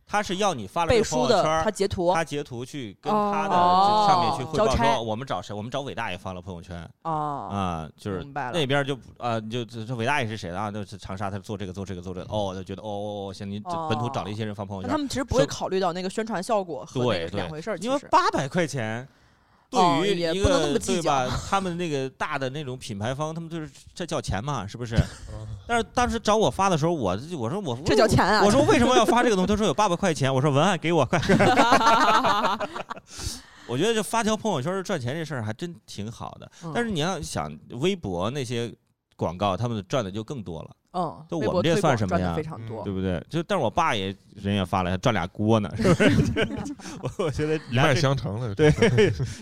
他是要你发了这背个朋书友的圈儿他，截图他截图去跟他的哦这上面去汇交报差说，哦我们找谁？我们找伟大爷发了朋友圈哦，啊，就是明白了那边就啊，就就这伟大爷是谁啊？就是长沙，他做这个做这个做这个，哦，就觉得哦哦哦，行，你这本土找了一些人发朋友那他圈，们其实不会是考虑到那个宣传效果和那对个是两对回事儿，其因为实八百块钱。哦对于也一不能那个么对计吧？ *laughs* 他们那个大的那种品牌方，他们就是这叫钱嘛，是不是？但是当时找我发的时候，我就我说我哦这叫钱啊！我说为什么要发这个东西？他说有八百块钱。我说文案给我快。 *laughs* 我觉得就发条朋友圈赚钱这事儿还真挺好的，嗯但是你要想微博那些广告，他们赚的就更多了，嗯，就微我博们这推算广什么赚的呀非常嗯多对，不对？就但是我爸也人也发了，还赚俩锅呢，是不是？ *laughs* 我我觉得一脉相承的。对，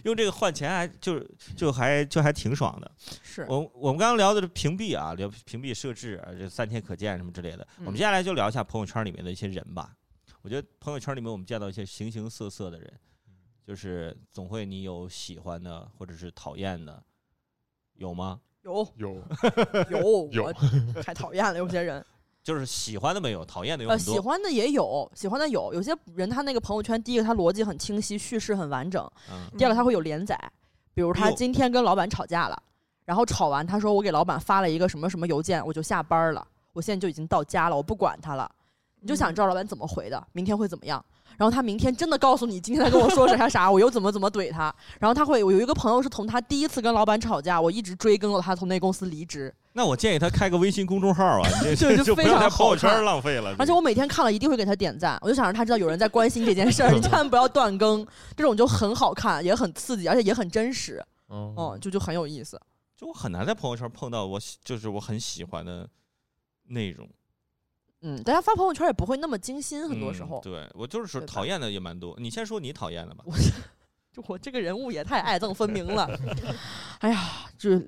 用这个换钱还就是就还就还挺爽的。是我我们刚刚聊的是屏蔽啊，聊屏蔽设置啊，这三天可见什么之类的。我们嗯接下来就聊一下朋友圈里面的一些人吧。我觉得朋友圈里面我们见到一些形形色色的人，就是总会你有喜欢的或者是讨厌的，有吗？有有有有我太讨厌了，有些人就是喜欢的没有，讨厌的有呃很喜多。欢的也有，喜欢的有，有些人他那个朋友圈，第一个他逻辑很清晰，叙事很完整，嗯，第二个他会有连载，比如哎他呦今天跟老板吵架了，然后吵完他说我给老板发了一个什么什么邮件，我就下班了，我现在就已经到家了，我不管他了。你就嗯想知道老板怎么回的，明天会怎么样？然后他明天真的告诉你今天他跟我说啥啥啥，我又怎么怎么怼他。然后他会，我有一个朋友是从他第一次跟老板吵架，我一直追更到他从那公司离职，那我建议他开个微信公众号 *laughs* 啊，你对这就就不非要常在朋友好看圈浪费了。而且我每天看了一定会给他点赞，我就想让他知道有人在关心这件事儿，*laughs* 你千万不要断更，这种就很好看，也很刺激，而且也很真实，哦嗯，，就就很有意思。就我很难在朋友圈碰到我喜就是我很喜欢的内容。嗯，大家发朋友圈也不会那么精心，很多时嗯候。对我就是说对吧讨厌的也蛮多。你先说你讨厌的吧。我就我这个人物也太爱憎分 *laughs* 明了。哎呀，就是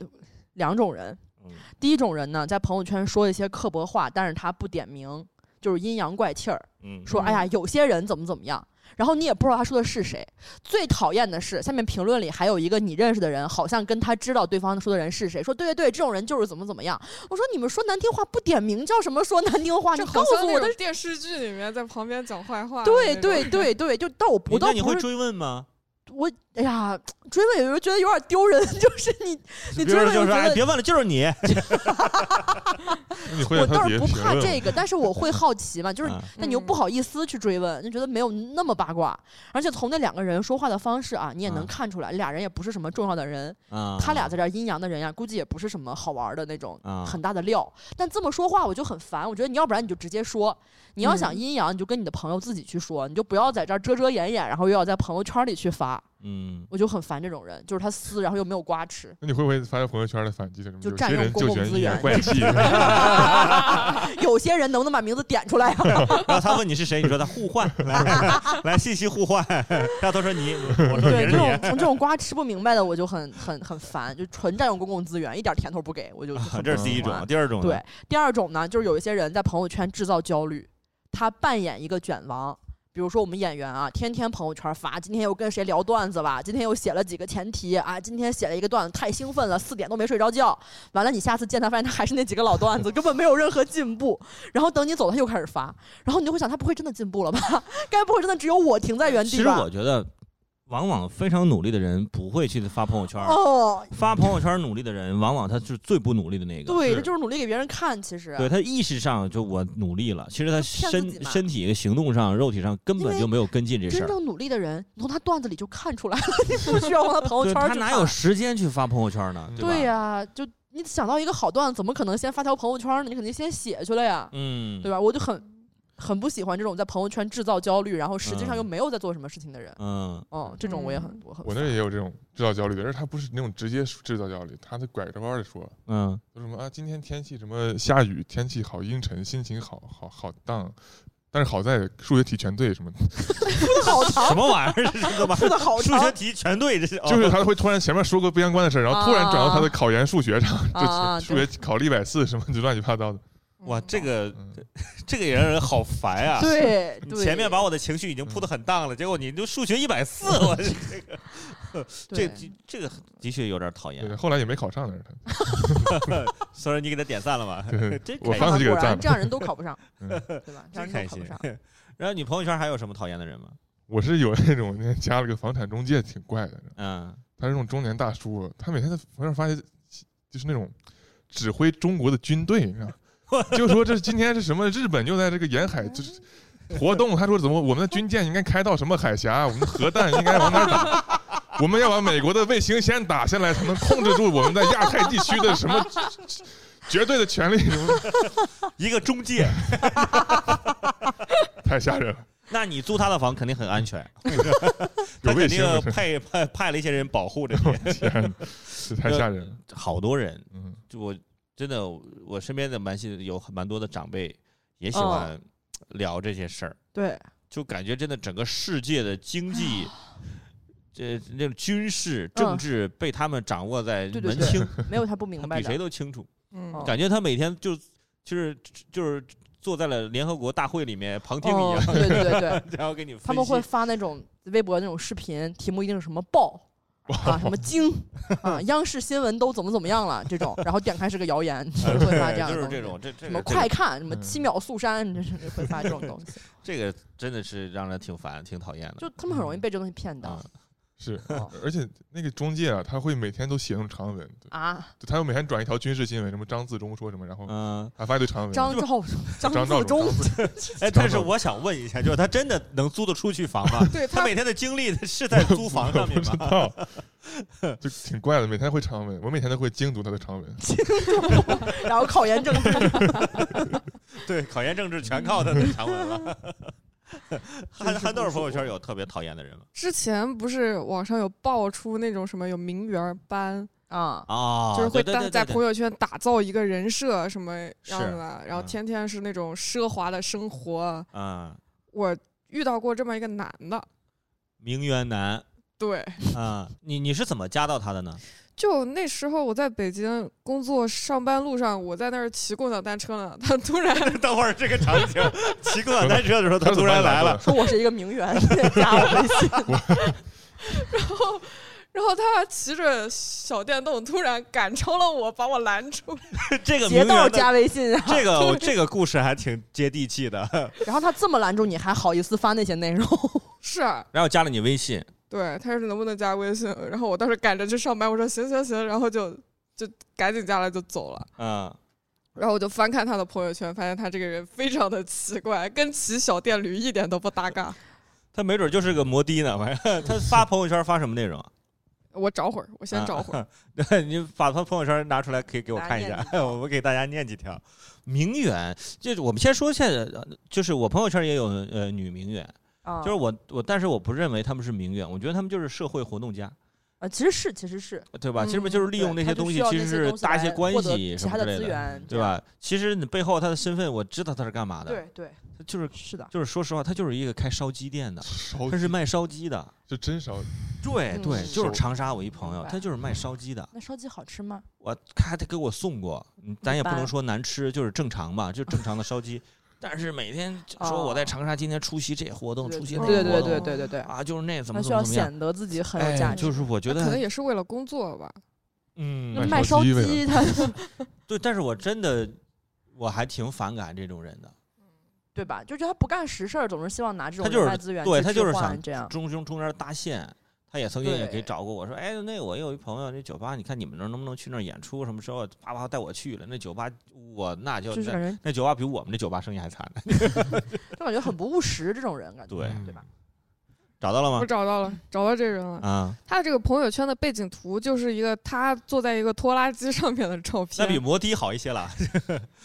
两种人。嗯第一种人呢，在朋友圈说一些刻薄话，但是他不点名，就是阴阳怪气儿，嗯说哎呀，有些人怎么怎么样，然后你也不知道他说的是谁。最讨厌的是下面评论里还有一个你认识的人，好像跟他知道对方说的人是谁，说对对对，这种人就是怎么怎么样。我说你们说难听话不点名叫什么说难听话，你这告好诉像我那的种。电视剧里面在旁边讲坏话的那对种。对对对，就但我不到那你不会是追问吗？我哎呀，追问有时候觉得有点丢人， *laughs* 就是你你别追人问就是你觉哎，得别问了，就是你。那你会我让倒他是别不评怕论这吗？个，但是我会好奇嘛， *laughs* 就是嗯但你又不好意思去追问，就觉得没有那么八卦。而且从那两个人说话的方式啊，你也能嗯看出来，俩人也不是什么重要的人，啊，他俩在这儿阴阳的人呀，估计也不是什么好玩的那种啊很大的料。但这么说话我就很烦，我觉得你要不然你就直接说，你要想嗯阴阳，你就跟你的朋友自己去说，你就不要在这儿遮遮掩掩，然后又要在朋友圈里去发，嗯，我就很烦这种人，就是他撕，然后又没有瓜吃。 *laughs* 那你会不会发在朋友圈里反击这种？就有占些用人公就共喜欢资阴阳源 *laughs* 怪气，有些人能不能把名字点出来啊呀、然后他问你是谁，你说他互换， *laughs* 来来信息互换，大家都说你，我说对，别这种人这种瓜吃不明白的，我就很很很烦，就纯占用公共资源，一点甜头不给，我就你，很啊这是不第一喜欢种，第二种呢对，第二种呢，就是有一些人在朋友圈制造焦虑，他扮演一个卷王。比如说我们演员啊，天天朋友圈发，今天又跟谁聊段子吧，今天又写了几个前提啊，今天写了一个段子，太兴奋了，四点都没睡着觉。完了，你下次见他，发现他还是那几个老段子，根本没有任何进步。然后等你走，他又开始发，然后你就会想，他不会真的进步了吧？ *laughs* 该不会真的只有我停在原其地实吧我？觉得，往往非常努力的人不会去发朋友圈儿，哦，发朋友圈儿努力的人，往往他是最不努力的那个。对，是这就是努力给别人看，其实。对他意识上就我努力了，其实他就骗自己身嘛身体、行动上、肉体上根因本为就没有跟进这事真儿。正努力的人，你从他段子里就看出来了， *laughs* 你不需要往他朋友对圈儿他去哪看有时间去发朋友圈儿呢？吧？对呀、就你想到一个好段子，怎么可能先发条朋友圈呢？你肯定先写去了呀，嗯，对吧？我就很很不喜欢这种在朋友圈制造焦虑，然后实际上又没有在做什么事情的人。嗯，嗯，这种我也很我很我那也有这种制造焦虑的，而且他不是那种直接制造焦虑，他是拐着弯的说，嗯说什么啊，今天天气什么下雨，天气好阴沉，心情好好好荡，但是好在数学题全对什么的，好长，什么玩意儿？这是干嘛？出的好数长学题全对，这是就是哦他会突然前面说个不相关的事儿，然后突然转到哦他的考研数学上，啊！就数对学考了一百四什么就乱七八糟的，哇，这个嗯，这个也让人好烦啊！ *laughs* 对你对，啊前面把我的情绪已经铺得很荡了，结果你就数学一百四，我这这个这对这这个的确有点讨厌对，。后来也没考上那儿，他所以你给他点赞了吗？对 *laughs* 真我开发 *laughs* 现这心。个果然赞这样人都考不上，嗯对 *laughs* 吧？这真样人开都考心不上。。 *laughs* 然后你朋友圈还有什么讨厌的人吗？我是有那种那天加了个房产中介，挺怪的，嗯，他是那种中年大叔，他每天在朋友圈发现就是那种指挥中国的军队，你知道吗， *laughs* 就说这今天是什么日本又在这个沿海就是。活动，他说怎么我们的军舰应该开到什么海峡，我们的核弹应该往哪儿打？ *laughs* 我们要把美国的卫星先打下来，才能控制住我们在亚太地区的什么绝对的权利。 *laughs* 什么一个中介，太吓人了， *laughs* 那你租他的房肯定很安全，有他卫肯星定的事派派派了一些人保护着你。 *laughs* 天，这太吓人了。好多人，嗯，就我真的我身边的蛮些有蛮多的长辈也哦喜欢聊这些事儿，对，就感觉真的整个世界的经济。啊这那种军事、政治被他们掌握在嗯对对门对清，没有他不他明白比谁的。都清楚。嗯？哦感觉他每天就就是就是坐在了联合国大会里面旁听一哦，样，对对对对， *laughs* 然后给你分析。他们会发那种微博那种视频，题目一定是什么爆啊，什么惊啊，央视新闻都怎么怎么样了这种，然后点开是个 *laughs* 谣言，就会发这样呃就是的东这西。种这这什么个快看，什么嗯七秒速删，这是会发这种东西，这个真的是让人挺烦挺讨厌的。嗯就他们很容易被这东西骗到啊是哦，而且那个中介啊，他会每天都写那种长文，对啊。就他又每天转一条军事新闻，什么张自忠说什么，然后嗯，还发一堆长文。张就兆张自道忠忠，哎，但是我想问一下，就是他真的能租得出去房吗对他他每天的精力是在租房上面吗？哦 *laughs* 就挺怪的，每天会长文，我每天都会精读他的长文。然后考研政治， *laughs* 对，考研政治全靠他的长文了。 *laughs* 憨憨豆儿朋友圈有特别讨厌的人吗？之前不是网上有爆出那种什么有名媛班，啊，啊就是会对在对在对对朋友圈打造一个人设什么样子的，然后嗯天天是那种奢华的生活。啊，我遇到过这么一个男的，名媛男嗯对， *laughs* 啊，你你是怎么加到他的呢？就那时候我在北京工作，上班路上我在那儿骑共享单车呢，他突然 *laughs* 等会儿这个场景，骑共享单车的时候，他突然来了，说我是一个名媛， *laughs* 加我微信。然后，然后他骑着小电动突然赶超了我，把我拦住。这个名劫媛道的加微信啊！ *laughs* 这个这个故事还挺接地气的。然后他这么拦住你，还好意思发那些内容？是，啊然后加了你微信，对，他说能不能加微信？然后我当时赶着去上班，我说行行行，然后就就赶紧加了就走了。嗯，然后我就翻看他的朋友圈，发现他这个人非常的奇怪，跟骑小电驴一点都不搭嘎。他没准就是个摩的呢。反正他发朋友圈发什么内容啊？我找会儿，我先找会儿。啊。对你把他朋友圈拿出来，可以给我看一大家下念，我们给大家念几条。名媛，就是我们先说现在，就是我朋友圈也有呃女名媛，啊就是我我，但是我不认为他们是名媛，我觉得他们就是社会活动家，啊，其实是，其实是对吧？嗯其实就是利用那对些他就东需西，要其那实东是西搭一些来关获得系其什他么之的类资的，源，对吧？其实你背后他的身份，我知道他是干嘛这的，样？对对，他就是是的。就是说实话，他就是一个开烧鸡店的，烧他是卖烧鸡的，这真烧，对嗯对，就是手长沙我一朋友明，白他就是卖烧鸡的。那烧鸡好吃吗？我咔，他给我送过，嗯咱也不一般能说难吃，就是正常吧，就正常的烧鸡。 *laughs* 但是每天就说哦我在长沙今天出席这活动，出席对那种活对动，对活对动对对对，啊，就是那怎么他需怎么要怎么样，显得自己很有价哎，值就。是我 *laughs* 觉可能得也是为了工作吧。嗯，那卖卖烧烧鸡为鸡，他对，但是我真的我还挺反感这种人的，对吧？就觉得他不干实事儿，总是希望拿这种他就是人脉资源对去他置就是换想这样。中中中间搭线。他也曾经也给对找过我说，哎，那我有一朋友，那酒吧，你看你们那儿能不能去那儿演出？什么时候啪啪带我去了？那酒吧我那就就是感觉，那酒吧比我们这酒吧生意还惨呢。就感觉很不务实，这种人感觉，对对吧？找到了我吗？找到了，找到这人了。嗯啊，他这个朋友圈的背景图就是一个他坐在一个拖拉机上面的照那比片，摩的好一些了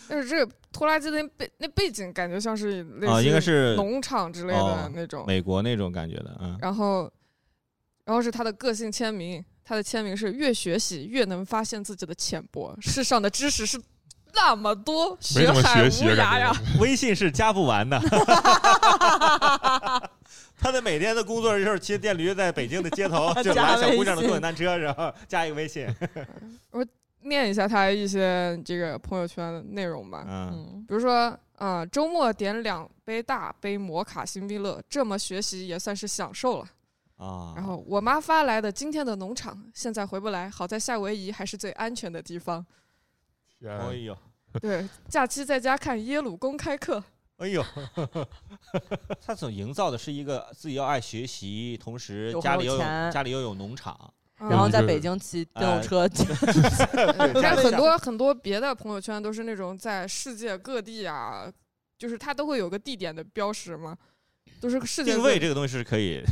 但是这个拖拉机的背那背景感觉像是类似啊，于应该是农场之类的哦那种。美国那种感觉的，嗯，然后，然后是他的个性签名，他的签名是越学习越能发现自己的浅薄，世上的知识是那么多，没学怎么海无学习啊涯感呀觉。。微信是加不完的。 *laughs* 他的每天的工作就是骑电驴在北京的街头，就加拿小姑娘的微信共享单车，然后加一个微信。念一下他一些这个朋友圈的内容吧，嗯，嗯，比如说，呃，周末点两杯大杯摩卡星冰乐，这么学习也算是享受了。啊，然后我妈发来的今天的农场，现在回不来，好在夏威夷还是最安全的地 *laughs* 方。哎天，呦，对，假期在家看耶鲁公开课，哎呦， *laughs* 他所营造的是一个自己要爱学习，同时有家里有又有钱家里又有农场，嗯然后嗯在就北是京骑电动哎车，对家但里很多很多别的朋友圈都是那种在世界各地啊，就是它都会有个地点的标识嘛，都是世界定各位这个东西是可以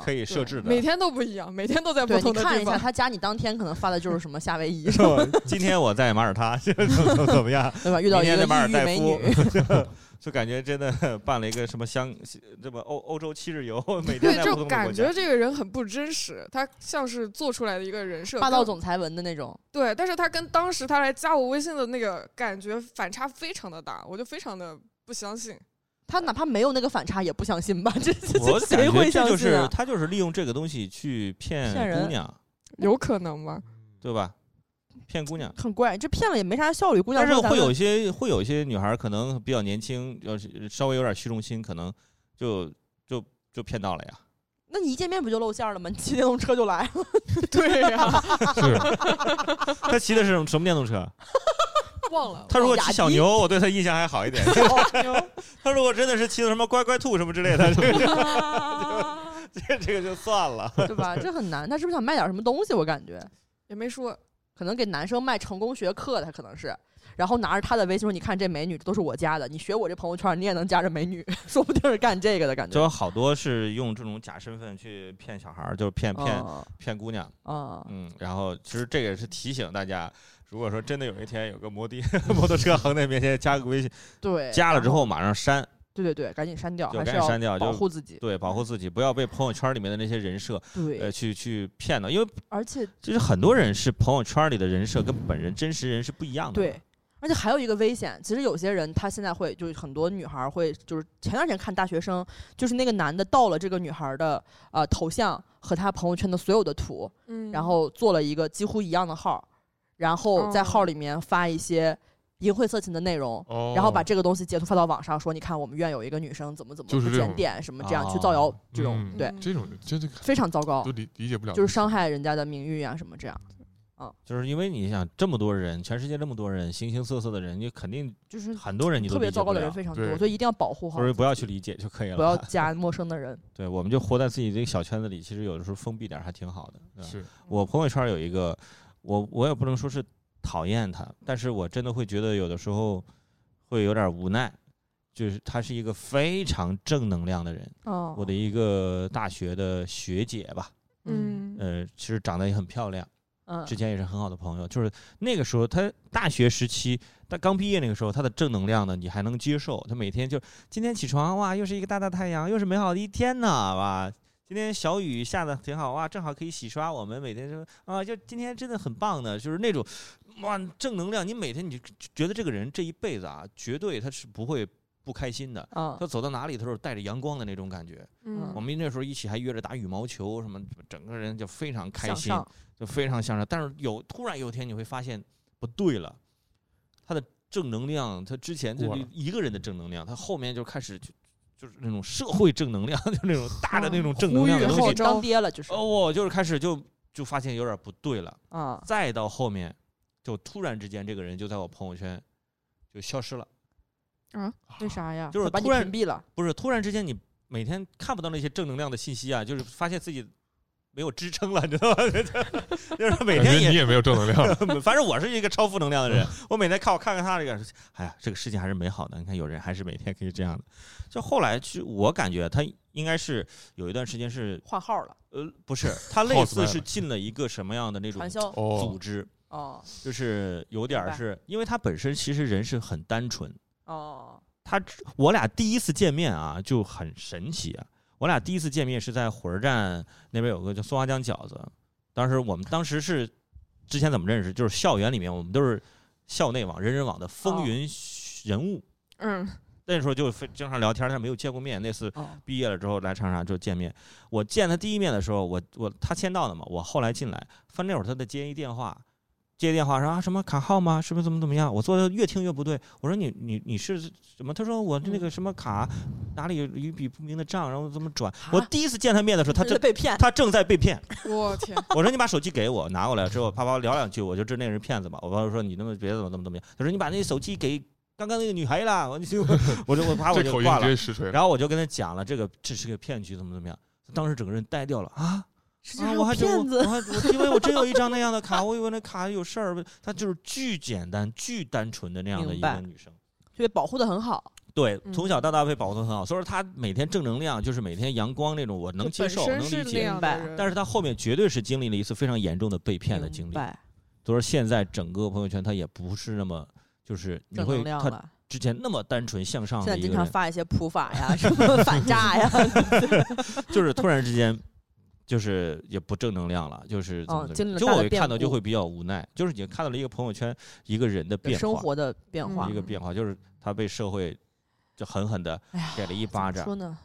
*laughs* 可以设置 *laughs* 每的。天都不一样，每天都在不对，你同的看地一下，方。他加你当天可能发的就是什么夏 *laughs* 威夷，是吧今天我在马耳他， *laughs* 怎么怎么样？对吧？遇到一明个天在马尔异域代美夫女， *laughs* 就感觉真的 *laughs* 办了一个什么香，这么欧欧洲七日游，每天对，在不同就的国感家觉。这个人很不真实，他像是做出来的一个人设。霸道跟总裁文的那种，对，但是他跟当时他来加我微信的那个感觉反差非常的大，我就非常的不相信。他哪怕没有那个反差也不相信吧？这这我这感谁觉会这就相信是啊？他就是利用这个东西去骗骗人姑娘，有可 *laughs* 能吗？嗯对吧？骗姑娘，很怪，这骗了也没啥效率，姑娘但是说咱会有们一些会有一些女孩儿可能比较年轻，要是稍微有点虚荣心，可能就就就骗到了 *laughs* 呀。那你一见面不就露馅儿了吗？你骑电动车就来了，对呀、是他骑的是什么什么电动车？忘了。他如果雅骑小迪牛，我对他印象还好一点。他如果真的是骑的什么乖乖兔什么之类的，这个这这个就算了。对吧？这很难，他是不是想卖点什么东西？我感觉也没说，可能给男生卖成功学课，他可能是。然后拿着他的微信说：“你看这美女，这都是我加的。你学我这朋友圈，你也能加着美女， *laughs* 说不定是干这个的感就觉。有好多是用这种假身份去骗小孩儿，就是骗骗啊骗姑娘。啊！嗯，然后其实这个也是提醒大家，如果说真的有一天有个摩的 *laughs* 摩托车横在面前，加个微信，对，加了之然后马上删，对对对，赶紧删掉，就还是赶紧要删掉保就护自己。对，保护自己，不要被朋友圈里面的那些人设呃对，去去骗到，因为而且嗯就是很多人是朋友圈里的人设跟本人真实人是不一样的。对，而而且还有一个危险，其实有些人他现在会就是很多女孩儿会就是前段时间看大学生，就是那个男的盗了这个女孩儿的呃头像和她朋友圈的所有的图，嗯然后做了一个几乎一样的号儿，然后在号儿里面发一些。淫秽色情的内容，哦然后把这个东西截图发到网上，说你看我们院有一个女生怎么怎么就是不这检种点什么这样啊去造谣这种，嗯对，这种这这非常糟糕都，理理解不了，就是伤害人家的名誉啊什么这样，就是因为你想这么多人，全世界这么多人，形形色色的人，你肯定就是很多人你都嗯特别理解糟糕不的人了非常对多，所以一定要保护好所，以不要去理解就可以了。不要加陌生的人。对，我们就活在自己这个小圈子里，其实有的时候封闭点儿还挺好的。对吧是我朋友圈儿有一个，我我也不能说是讨厌他，但是我真的会觉得有的时候会有点无奈，就是他是一个非常正能量的人， *laughs* 哦，我的一个大学的学姐吧，嗯呃，其实长得也很漂亮，嗯之前也是很好的朋友，就是那个时候他大学时期，他刚毕业那个时候，他的正能量呢你还能接受，他每天就今天起床哇，又是一个大大太阳，又是美好的一天呢，哇。今天小雨下的挺好哇，正好可以洗刷我们每天就啊，就今天真的很棒的，就是那种哇正能量。你每天你就觉得这个人这一辈子啊，绝对他是不会不开心的，嗯他走到哪里他都是带着阳光的那种感觉。嗯我们那时候一起还约着打羽毛球什么，整个人就非常开向心。上就非常向上。但是有突然有一天你会发现不对了，他的正能量，他之前就过是了一个人的正能量，他后面就开始就就是那种社会正能量， *laughs* 就是那种大的那种正能量的然然呼吁东后后西。招当爹了就是哦，我就是开始就就发现有点不对了。啊，再到后面，就突然之间这个人就在我朋友圈就消失了，为啥呀？就是把你突然屏蔽了，不是突然之间你每天看不到那些正能量的信息啊，就是发现自己。没有支撑了，你知道吗？ *laughs* 就是每哎感天觉也你也没有正能量， *laughs* 反正我是一个超负能量的人，我每天看我看看他这个，哎呀，这个事情还是美好的。你看，有人还是每天可以这样的。就后来，其实我感觉他应该是有一段时间是，换号了，呃，不是，他类似是进了一个什么样的那种传销组哦，织，哦就是有点儿是因为他本身其实人是很单纯。哦，他我俩第一次见面啊就很神奇啊，我俩第一次见面是在火车站那边有个叫松花江饺子，当时我们当时是之前怎么认识，就是校园里面我们都是校内网、人人网的风云人物，嗯那时候就非经常聊天，但是没有见过面。那次哦毕业了之后来长沙就见面，我见他第一面的时候，我我他签到的嘛，我后来进来，翻那会儿他的接一电话。接电话说啊什么卡号吗？是不是怎么怎么样？我做的越听越不对。我说你你你是什么？他说我那个什么卡哪里有一笔不明的账，然后怎么转？我第一次见他面的时候，他真的正 *laughs* 被骗，他正在被骗。嗯我天，我说你把手机给我，拿过来之后，啪啪聊两句，我就知道那人是骗子吧。我朋友说你那么别怎么怎么怎么样，他说你把那手机给刚刚那个女孩啦，我就我就我啪我这就口音挂直了接。实锤了。然后我就跟他讲了这个这是个骗局，怎么怎么样。当时整个人呆掉了啊！世界啊上我有还真我骗我子，还我以为我真有一张那样的卡，我 *laughs* 以为那卡有事儿，他就是巨简单、巨单纯的那样的一明个白女生。就被保护的很好，对，嗯从小到大被保护的很好，所以说她每天正能量，就是每天阳光那种，我能 *laughs* 接受，本能身是理那解。样的人，但是她后面绝对是经历了一次非常严重的被骗的经明历，白所以说现在整个朋友圈她也不是那么就是你正会能量她了。之前那么单纯向上现的在一经个常人，发一些普法呀，什 *laughs* 么反诈呀，就是突然之间。就是也不正能量了，就是怎么嗯怎经历么，了就大我的一看到变就故会比较无奈，就是你看到了一个朋友圈一个人的变化，嗯生活的变化一，个变化，就是他被社会就狠狠的哎呀给了一怎巴么掌说，呢？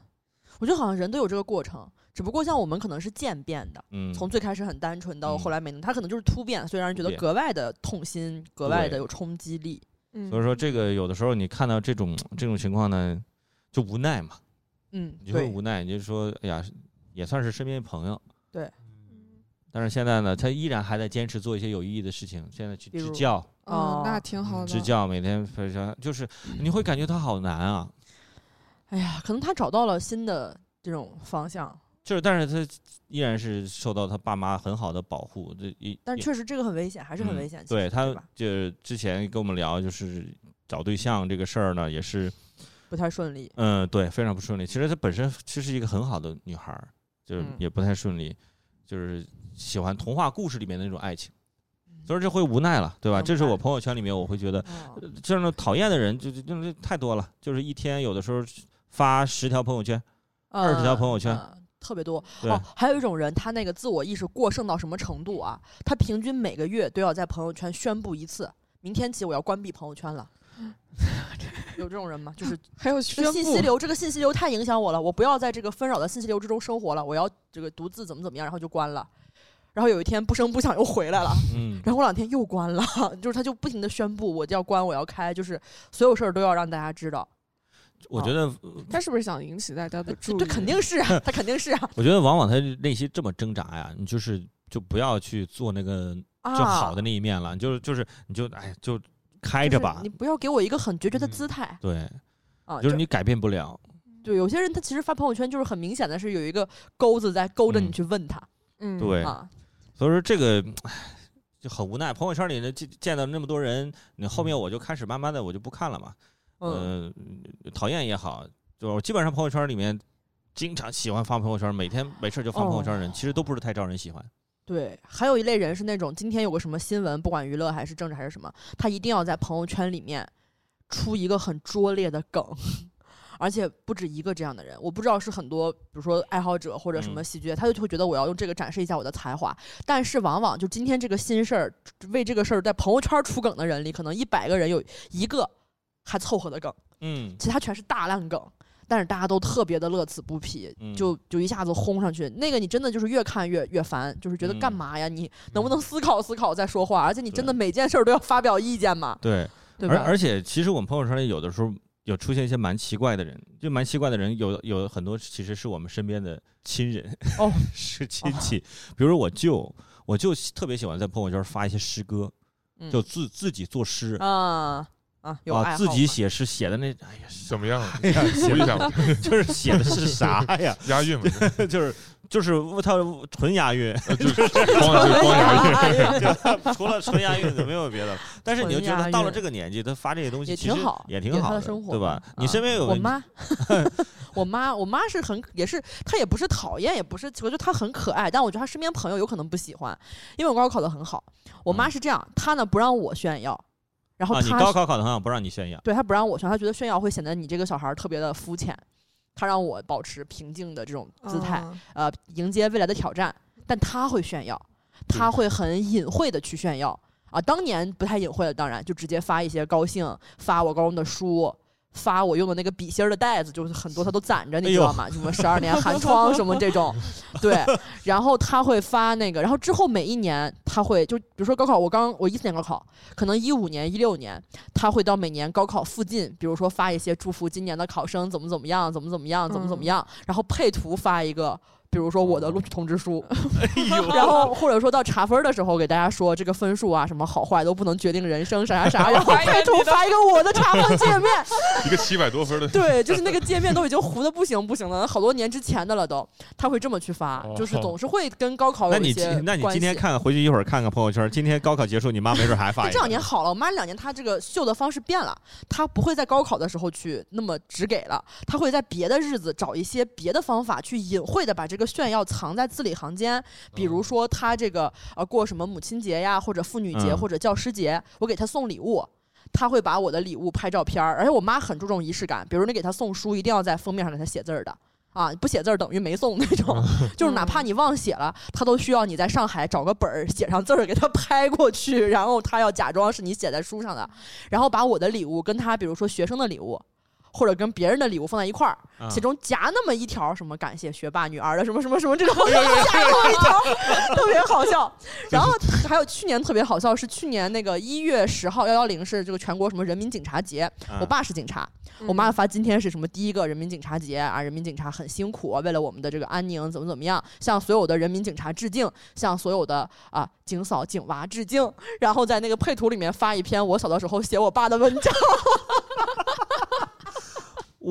我觉得好像人都有这个过程，只不过像我们可能是渐变的，嗯，从最开始很单纯到嗯后来没能，他可能就是突变，所以让人觉得变格外的痛心，格外对的有冲击力。嗯所以说，这个有的时候你看到这种这种情况呢，就无奈嘛，嗯，你就会对，无奈，你就说，哎呀，也算是身边朋友，嗯但是现在呢，他依然还在坚持做一些有意义的事情，现在去比支如教，哦，那挺好的，支教，每天非常 *clears throat* 就是你会感觉他好难啊，哎呀，可能他找到了新的这种方向，就是但是他依然是受到他爸妈很好的保护，这一但也确实这个很危险，还是很嗯危险。其对实他吧就是之前跟我们聊就是找对象这个事儿呢，也是不太 *laughs* 顺利，嗯，对，非常不顺利。其实她本身其实是一个很好的女孩儿，就是嗯也不太顺利，就是喜欢童话故事里面的那种爱情，所以这会无奈了，对吧？明这是我白朋友圈里面我会觉得哦这样的讨厌的人就就就太多了，就是一天有的时候发十条朋友圈，20条朋友圈呃特别多对哦，还有一种人，他那个自我意识过剩到什么程度啊？他平均每个月都要在朋友圈宣布一次，明天起我要关闭朋友圈 *laughs* 了。有这种人吗？就是还有这个信息流，这个信息流太影响我了，我不要在这个纷扰的信息流之中生活了，我要这个独自怎么怎么样，然后就关了。然后有一天不声不响又回来了，嗯，然后过两天又关了， *laughs* 就是他就不停的宣布我就要关，我要开，就是所有事儿都要让大家知道。哦我觉得，他是不是想引起大家的注意？呃这肯定 *laughs* 是啊，他肯定是啊。我觉得往往他内心这么挣扎呀，你就是就不要去做那个啊就好的那一面了，你就是就是你就哎就开着就吧是你，不要给我一个很决绝的姿态、对，啊！就是你改变不了，对有些人他其实发朋友圈就是很明显的是有一个钩子在勾着你嗯去问他，嗯对啊，所以说这个唉就很无奈。朋友圈里呢见见到那么多人，你后面我就开始慢慢的我就不看了嘛，嗯，呃，讨厌也好，就是我基本上朋友圈里面经常喜欢发朋友圈，每天没事就发朋哦友圈的人，其实都不是太招人喜欢。对。还有一类人是那种今天有个什么新闻，不管娱乐还是政治还是什么，他一定要在朋友圈里面出一个很拙劣的梗。 *laughs* 而且不止一个这样的人，我不知道是很多，比如说爱好者或者什么嗯喜剧人，他就会觉得我要用这个展示一下我的才华。但是往往就今天这个新事儿，为这个事儿在朋友圈出梗的人里，可能一百个人有一个还凑合的梗。嗯，其他全是大烂梗，但是大家都特别的乐此不疲，嗯就就一下子轰上去。那个你真的就是越看越越烦，就是觉得嗯干嘛呀？你能不能思考思考再说话？而且你真的每件事儿都要发表意见嘛，对，对而吧？而且其实我们朋友圈里有的时候有出现一些蛮奇怪的人，就蛮奇怪的人有有很多其实是我们身边的亲人哦， *laughs* 是亲戚，比如说我舅，我舅特别喜欢在朋友圈发一些诗歌，嗯就自自己作诗。啊啊，有爱啊，好自己嘛写诗写的 *laughs* 那，哎呀，怎么样？哎读呀，写一的下吧， *laughs* 就是写的是啥呀？ *laughs* 押韵嘛，就是就是他纯押 *laughs* 韵，就是光押韵，光押韵。 *laughs* 除了纯押韵就没有别的了。但是你就觉纯押得韵到了这个年纪，他发这些东西也其实挺好也也挺是他好的生活对吧嘛？啊你身边有个啊 *laughs* 我妈，我妈，我妈是很也是，她也不是讨厌，也不是，我觉得她很可爱，但我觉得她身边朋友有可能不喜欢，因为我高考考得很好。我妈嗯是这样，她呢不让我炫耀，然后啊，你她高是考考得很好，不让你炫耀。对她不让我炫耀，她觉得炫耀会显得你这个小孩儿特别的肤浅，她让我保持平静的这种姿态，哦呃，迎接未来的挑战，但她会炫耀，她会很隐晦的去炫耀啊。当年不太隐晦了，当然就直接发一些高兴，发我高中的书。发我用的那个笔芯儿的袋子，就是很多她都攒着，你知道吗？什么十二年寒窗什么这种，对。然后她会发那个，然后之后每一年她会就比如说高考，我刚我一四年高考，可能一五年、一六年，她会到每年高考附近，比如说发一些祝福今年的考生怎么怎么样，怎么怎么样，怎么怎么样，然后配图发一个，比如说我的录取通知书，然后或者说到查分儿的时候给大家说这个分数啊，什么好坏都不能决定人生，啥啥啥，然后配图发一个我的查分界面，一个七百多分的， *laughs* 对，就是那个界面都已经糊的不行不行了，好多年之前的了都，他会这么去发，就是总是会跟高考那有一你些哦今那你关今天系看回去一会儿看看朋友圈，今天高考结束，你妈没准还发一这两年个。好了，我妈这两年她这个秀的方式变了，她不会在高考的时候去那么直给了，她会在别的日子找一些别的方法去隐晦的把这个炫耀藏在字里行间，比如说她这个呃过什么母亲节呀，或者妇女节嗯或者教师节，我给她送礼物。她会把我的礼物拍照片儿，而且我妈很注重仪式感，比如你给她送书，一定要在封面上给她写字儿的。啊，不写字儿等于没送那种， *laughs* 就是哪怕你忘写了，他都需要你在上海找个本儿写上字儿给他拍过去，然后他要假装是你写在书上的，然后把我的礼物跟他，比如说学生的礼物。或者跟别人的礼物放在一块儿，啊其中夹那么一条什么感谢学霸女儿的什么什么什么这种，夹那么一条，特别好笑。然后还有去年特别好笑是去年那个一月十号幺幺零是这个全国什么人民警察节，嗯我爸是警察，嗯我妈发今天是什么第一个人民警察节啊，人民警察很辛苦、啊为了我们的这个安宁怎么怎么样，向所有的人民警察致敬，向所有的啊警嫂警娃致敬， *laughs* 然后在那个配图里面发一篇我小的时候写我爸的文 *laughs* 章，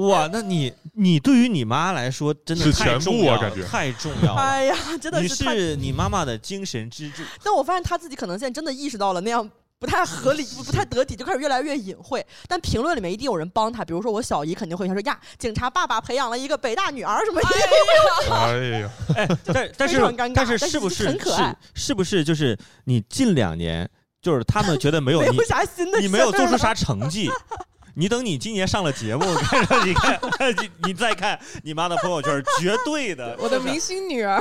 哇，那你你对于你妈来说真的是太全重部啊要了，感觉太重要了。哎呀， *laughs* 真的你太，哦是你妈妈的精神支 *laughs* 柱，但我发现他自己可能现在真的意识到了那样。不太合理，不不太得体，就开始越来越隐晦。但评论里面一定有人帮他，比如说我小姨肯定会说呀，警察爸爸培养了一个北大女儿什么的。哎呀，但但非是常尴尬但是但是不是是很可是爱是不是就是你近两年就是他们觉得没有 *laughs* *laughs* 没你有啥新的，你没有做出啥成绩，你等你今年上了节目，看上你看 *laughs* 你你再看你妈的朋友圈，绝对的，我的明星女 *laughs* 儿，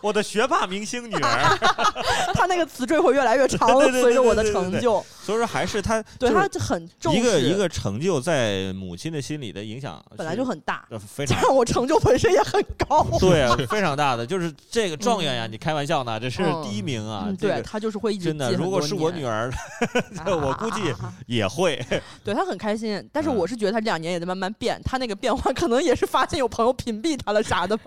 我的学霸明星女儿， *laughs* 他那个词缀会越来越长 *laughs* 对，对对对随着我的对对对成就，所以说还是他对就是他就很重视，一个一个成就在母亲的心理的影响本来就很大，很非加常上我成就本身也很高，对啊非常大的，就是这个状元呀，你开玩笑呢，这是嗯第一名 *laughs* 啊嗯，，这对个他就是会一直真的，记很如果多是我年女儿， *laughs* 啊我估计也会。对他很开心，但是嗯我是觉得他两年也在慢慢变，他那个变化可能也是发现有朋友屏蔽他了啥 *laughs* 的吧。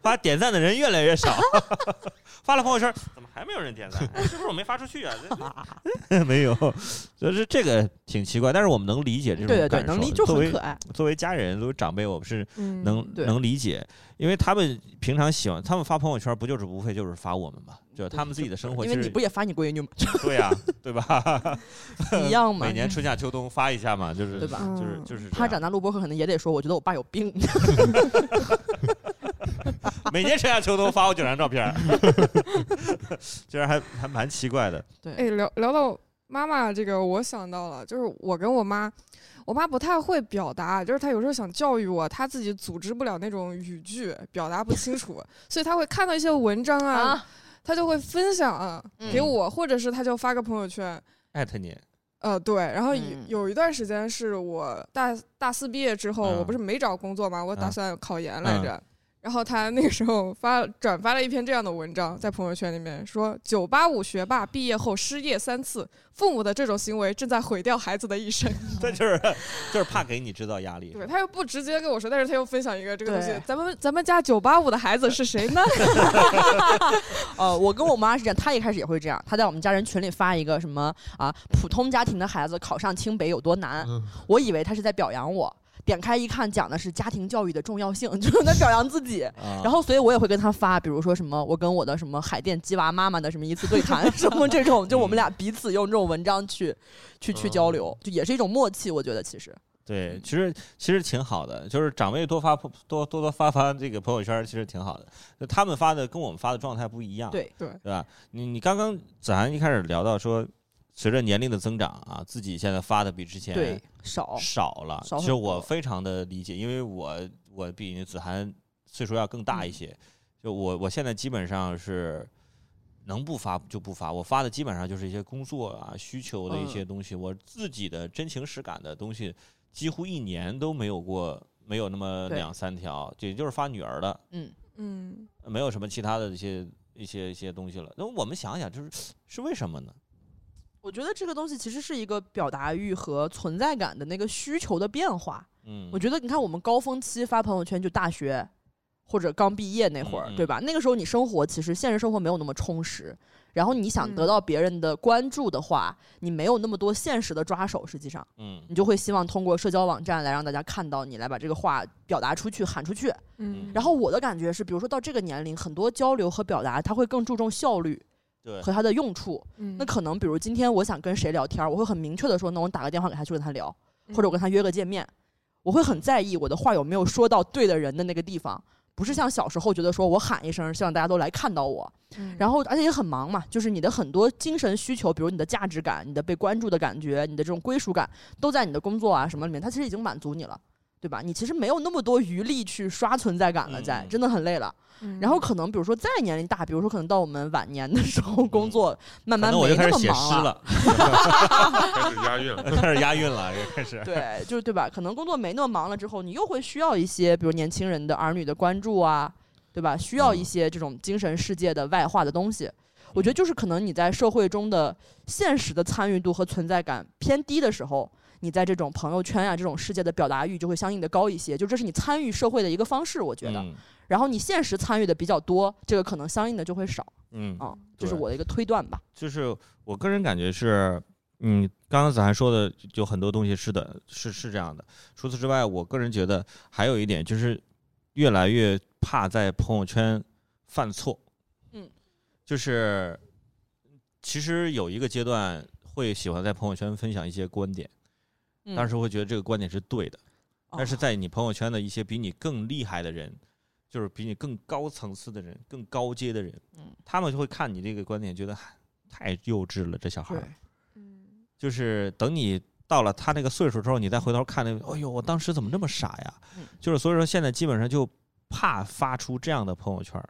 发点赞的人越来越少， *laughs* 发了朋友圈怎么还没有人点赞？哎是不是我没发出去啊？ *laughs* 这没有，就是这个挺奇怪，但是我们能理解这种对对感对，受。能力就作很为可爱。作为家人，作为长辈，我们是嗯能、对能理解，因为他们平常喜欢，他们发朋友圈不就是无非就是发我们嘛，就是他们自己的生活，因为其你实不也发你闺女吗？对呀、对 *laughs* 吧？一样嘛每，年啊春夏秋冬发一下嘛，就是对吧就是嗯就是这他样长大录播课可能也得说，我觉得我爸有病。每年春夏秋冬发我九张照片儿， *laughs* 其实还还蛮奇怪的。哎，聊聊到妈妈这个，我想到了，就是我跟我妈，我妈不太会表达，就是她有时候想教育我，她自己组织不了那种语句，表达不清楚，所以她会看到一些文章啊， *laughs* 啊，嗯她就会分享啊给我，或者是她就发个朋友圈。艾特你，呃，对，然后有嗯有一段时间是我大大四毕业之后，嗯我不是没找工作嘛，我打嗯算考研来着。然后她那个时候发转发了一篇这样的文章，在朋友圈里面说：“九八五学霸毕业后失业三次，父母的这种行为正在毁掉孩子的一生。 *laughs* 这就是就是怕给你制造压力。对，他又不直接跟我说，但是他又分享一个这个东西对。咱们咱们家九八五的孩子是谁呢？ *laughs* *laughs* 呃，我跟我妈是这样，她一开始也会这样，她在我们家人群里发一个什么啊，普通家庭的孩子考上清北有多难，嗯我以为她是在表扬我，点开一看讲的是家庭教育的重要性， *laughs* 就是在表扬自己。啊然后，所以我也会跟他发，比如说什么，我跟我的什么海淀鸡娃妈妈的什么一次对谈，什么这种，就我们俩彼此用这种文章去去去交流，就也是一种默契，我觉得其实嗯对，其实其实挺好的，就是长辈多发多多多发发这个朋友圈儿，其实挺好的。就他们发的跟我们发的状态不一样，对对对吧？你你刚刚子涵一开始聊到说，随着年龄的增长啊，自己现在发的比之前对少少了。哦少其很实我多非常的理解，因为我我比那子涵岁数要更大嗯一些，就我我现在基本上是能不发就不发，我发的基本上就是一些工作啊需求的一嗯些东西，我自己的真情实感的东西，几乎一年都没有过没有那么对两三条，也就是发女儿的，嗯，嗯，没有什么其他的一些一些一些东西了。那我们想想，就是是为什么呢？我觉得这个东西其实是一个表达欲和存在感的那个需求的变化。嗯，我觉得你看我们高峰期发朋友圈就大学或者刚毕业那会儿，嗯嗯对吧？那个时候你生活其实现实生活没有那么充实，然后你想嗯得到别人的关注的话，你没有那么多现实的抓手，实际上嗯你就会希望通过社交网站来让大家看到你，来把这个话表达出去、喊出去。嗯，然后我的感觉是，比如说到这个年龄，很多交流和表达，它会更注重效率对和它的用处。嗯那可能比如今天我想跟谁聊天儿，我会很明确的说，那我打个电话给他去跟他聊，或嗯者我跟他约个见面，我会很在意我的话有没有说到对的人的那个地方，不是像小时候觉得说我喊一声，希望大家都来看到我。嗯然后而且也很忙嘛，就是你的很多精神需求，比如你的价值感、你的被关注的感觉、你的这种归属感，都在你的工作啊什么里面，它其实已经满足你了。对吧？你其实没有那么多余力去刷存在感了在，嗯真的很累了。嗯然后可能比如说再年龄大，比如说可能到我们晚年的时候，工作嗯慢可慢能我没就开那始么写诗忙了。了， *laughs* 开始押韵了。开始押韵了，也开 *laughs* 始。对，就是对吧？可能工作没那么忙了之后，你又会需要一些，比如年轻人的儿女的关注啊，对吧？需要一嗯些这种精神世界的外化的东西。我觉得就是可能你在社会中的现实的参与度和存在感偏低的时候，你在这种朋友圈啊这种世界的表达欲就会相应的高一些。就这是你参与社会的一个方式，我觉得。嗯然后你现实参与的比较多，这个可能相应的就会少嗯，啊，这是对我的一个推断吧。就是我个人感觉是，嗯，刚刚子涵说的有很多东西是的，是是这样的。除此之外，我个人觉得还有一点就是，越来越怕在朋友圈犯错。嗯，就是其实有一个阶段会喜欢在朋友圈分享一些观点，嗯当时会觉得这个观点是对的，哦但是在你朋友圈的一些比你更厉害的人。就是比你更高层次的人、更高阶的人，嗯他们就会嗯看你这个观点，觉得嗨太幼稚了，这小孩儿对。就是等你到了他那个岁数之后，你再回头看那个，哎呦，我当时怎么这么傻呀？嗯就是所以说现在基本上就怕发出这样的朋友圈儿，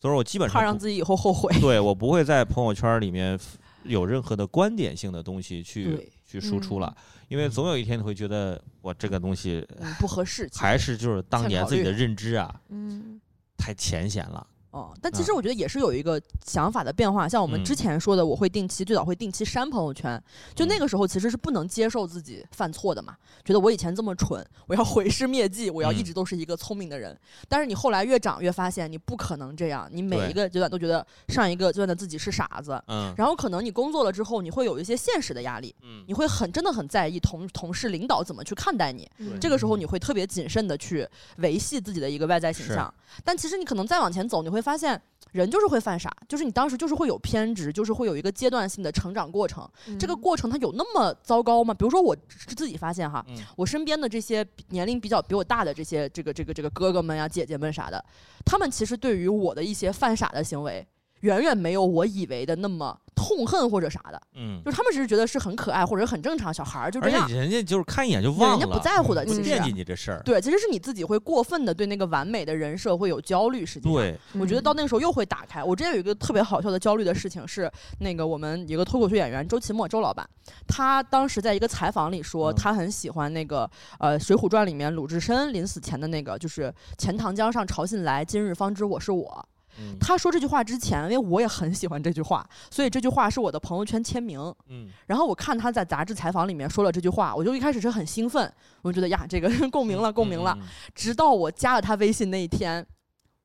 所以说我基本上怕让不自己以后后悔。对我不会在朋友圈里面有任何的观点性的东西去对去输出了，因为总有一天你会觉得我这个东西嗯，不合适。其实还是就是当再年考自己虑的认知啊嗯。太浅显了。哦，但其实我觉得也是有一个想法的变化，像我们嗯之前说的，我会定期最早会定期删朋友圈，就那个时候其实是不能接受自己犯错的嘛，觉得我以前这么蠢，我要毁尸灭迹，我要嗯一直都是一个聪明的人。但是你后来越长越发现你不可能这样，你每对一个阶段都觉得上一个阶段的自己是傻子，嗯然后可能你工作了之后，你会有一些现实的压力，嗯你会很真的很在意同同事、领导怎么去看待你。嗯这个时候你会特别谨慎的去维系自己的一个外在形是象，但其实你可能再往前走，你会发现人就是会犯傻，就是你当时就是会有偏执，就是会有一个阶段性的成长过程。嗯嗯这个过程它有那么糟糕吗？比如说我是自己发现哈，嗯我身边的这些比年龄比较比我大的这些这个这个这个哥哥们呀、姐姐们啥的，他们其实对于我的一些犯傻的行为，远远没有我以为的那么痛恨或者啥的，嗯，就是他们只是觉得是很可爱或者很正常，小孩儿就这而样且。人家就是看一眼就对忘人了，家不在乎的，其不实啊惦记你这事儿。对，其实是你自己会过分的对那个完美的人设会有焦虑，实际上。对，嗯我觉得到那个时候又会打开。我之前有一个特别好笑的焦虑的事情是，那个我们一个脱口秀演员周奇墨周老板，他当时在一个采访里说，嗯他很喜欢那个呃《水浒传》里面鲁智深临死前的那个，就是“钱塘江上潮信来，今日方知我是我”。嗯他说这句话之前，因为我也很喜欢这句话，所以这句话是我的朋友圈签名。 *laughs* 嗯然后我看他在杂志采访里面说了这句话，我就一开始是很兴奋，我就觉得呀，这个 *laughs* 共鸣了，共鸣嗯了。，直到我加了他微信那一天，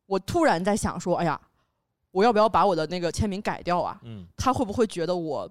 我突然在想说，哎呀，我要不要把我的那个签名改掉啊？嗯他会不会觉得我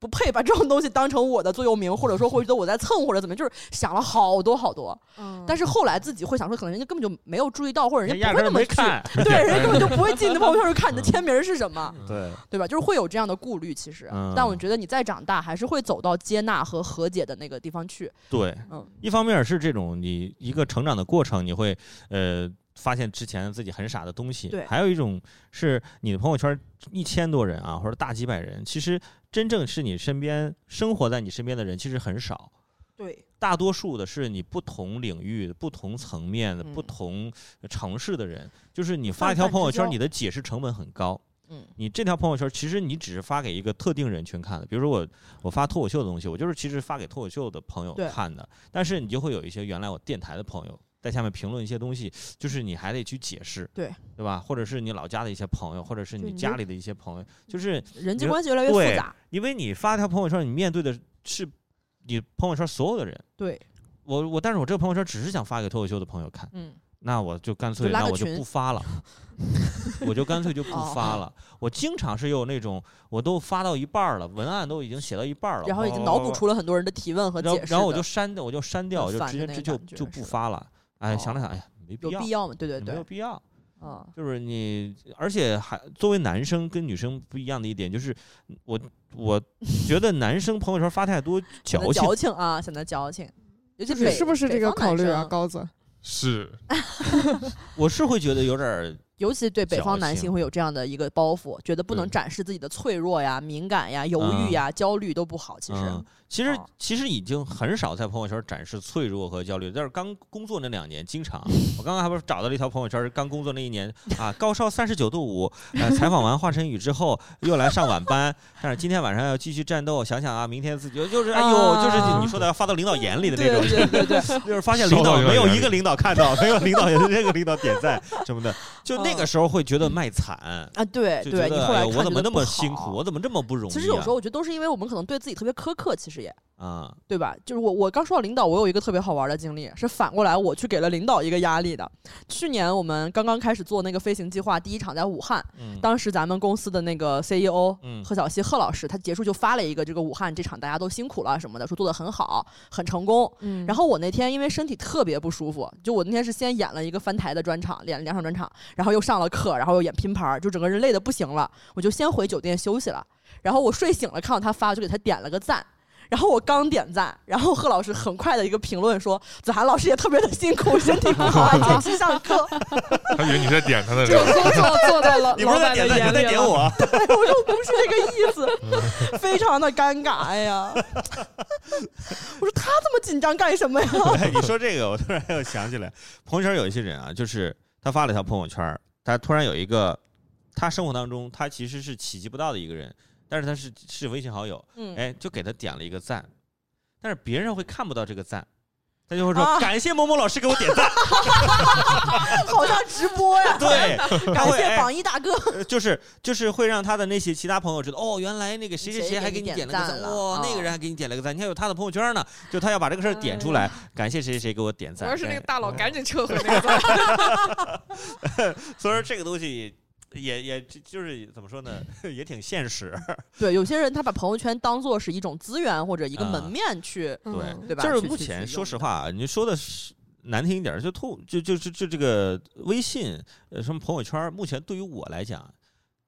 不配把这种东西当成我的座右铭，或者说会觉得我在蹭或者怎么样？就是想了好多好多。但是是后来自己会想说，可能人家根本就没有注意到，或者人人压家根不儿会那么没去，看。嗯对，人家根本就不会进你的朋友圈去看你的签名是什么。对，对吧？就是会有这样的顾虑，其实，嗯但我觉得你再长大，还是会走到接纳和和解的那个地方去。对，嗯一方面是这种你一个成长的过程，你会呃发现之前自己很傻的东西，对还有一种是你的朋友圈一千多人啊，或者大几百人，其实真正是你身边生活在你身边的人其实很少。对，大多数的是你不同领域、不同层面、嗯不同城市的人，就是你泛发一条泛朋友之圈，交你的解释成本很高。嗯你这条朋友圈其实你只是发给一个特定人群看的，比如说我我发脱口秀的东西，我就是其实发给脱口秀的朋友对看的，但是你就会有一些原来我电台的朋友在下面评论一些东西，就是你还得去解释，对对吧？或者是你老家的一些朋友，或者是就你你家就里的一些朋友，就是人际你关系越来越复对杂。因为你发条朋友圈，你面对的是你朋友圈所有的人。对，我我，但是我这个朋友圈只是想发给脱口秀的朋友看，嗯，那我就干就脆拉那个我就群不发 *laughs* 了，我就干脆就不哦发了。我经常是有那种，我都发到一半儿了，文案都已经写到一半儿了，然后已经脑补出了很多人的提问和然后解释然后我的就删掉，我就删掉，我很就烦直接的那直个就感觉就不是发了。哎，想哦了想，哎呀，没必有要必，要吗？对对没有对，必要。啊，就是你，而且还作为男生跟女生不一样的一点就是，我我觉得男生朋友圈发太多显矫得情，矫情啊，显得矫情。尤其是北是不是北这个方男考虑啊，生高子？是我是会觉得有点儿尤其对北矫方男情性会有这样的一个包袱，觉得不能对展示自己的脆弱呀、敏感呀、犹嗯豫呀、焦虑都不好。其实嗯，其实哦其实已经很少在朋友圈展示脆弱和焦虑，但是刚工作那两年，经 *laughs* 常我刚刚还不是找到了一条朋友圈，刚工作那一年啊，高烧三十九度五，呃，采访完华晨宇之后又来上晚班，但是今天晚上要继续战斗，想想啊，明天自己就是哎呦，就是你说的要发到领导眼里的那啊对种，对对对， *laughs* 就是发现烧领到导没领导有眼一个领导看到，没有领导也是这个领导点赞什么的，就那个时候会觉得卖惨，啊，对就嗯对，觉你得后哎来呦看我怎觉么得那不么辛苦，好我怎么这么不容易啊？其实有时候我觉得都是因为我们可能对自己特别苛刻，其实也啊，对吧？就是我我刚说到领导，我有一个特别好玩的经历，是反过来我去给了领导一个压力的。去年我们刚刚开始做那个飞行计划，第一场在武汉，嗯当时咱们公司的那个 CEO 嗯贺小希贺老师，他结束就发了一个这个武汉这场大家都辛苦了什么的，说做的很好，很成功。嗯然后我那天因为身体特别不舒服，就我那天是先演了一个翻台的专场，演了两场专场，然后又上了课，然后又演拼盘儿，就整个人累得不行了，我就先回酒店休息了。然后我睡醒了，看到他发，我就给他点了个赞。然后我刚点赞，然后贺老师很快的一个评论说：“子涵老师也特别的辛苦，身体不好啊，坚持上 *laughs* 课。他以为你在点他呢。这种工作做在老你不是在点赞，你在点我。啊对” *laughs* 我说不是这个意思，非常的尴尬。哎呀， *laughs* 我说他这么紧张干什么呀？哎你说这个，我突然又想起来，朋友圈有一些人啊，就是他发了一条朋友圈，他突然有一个，他生活当中他其实是企及不到的一个人，但是他是是微信好友，嗯，哎，就给他点了一个赞，但是别人会看不到这个赞，他就会啊说感谢某某老师给我点 *laughs* 赞，好像直播呀。对， *laughs* *laughs* 他感会谢哎榜一大哥，呃就是就是会让他的那些其他朋友知道，哦，原来那个谁谁谁谁还给给你你点点了个赞，赞了哇，那哦个人还给你点了个赞，你看有他的朋友圈呢，就他要把这个事儿点哎出来，感谢谁谁谁给我点我赞。要是那个哎大佬，赶紧撤回 *laughs* 那个。 *laughs* 所以说这个东西也也就是怎么说呢， *laughs* 也挺现 *laughs* 实。对有些人他把朋友圈当做是一种资源或者一个啊门面去，嗯对吧？就是去目去去前用说实的话啊，你说的是难听一点儿，就透就就就就这个微信呃什么朋友圈儿，目前对于我来讲，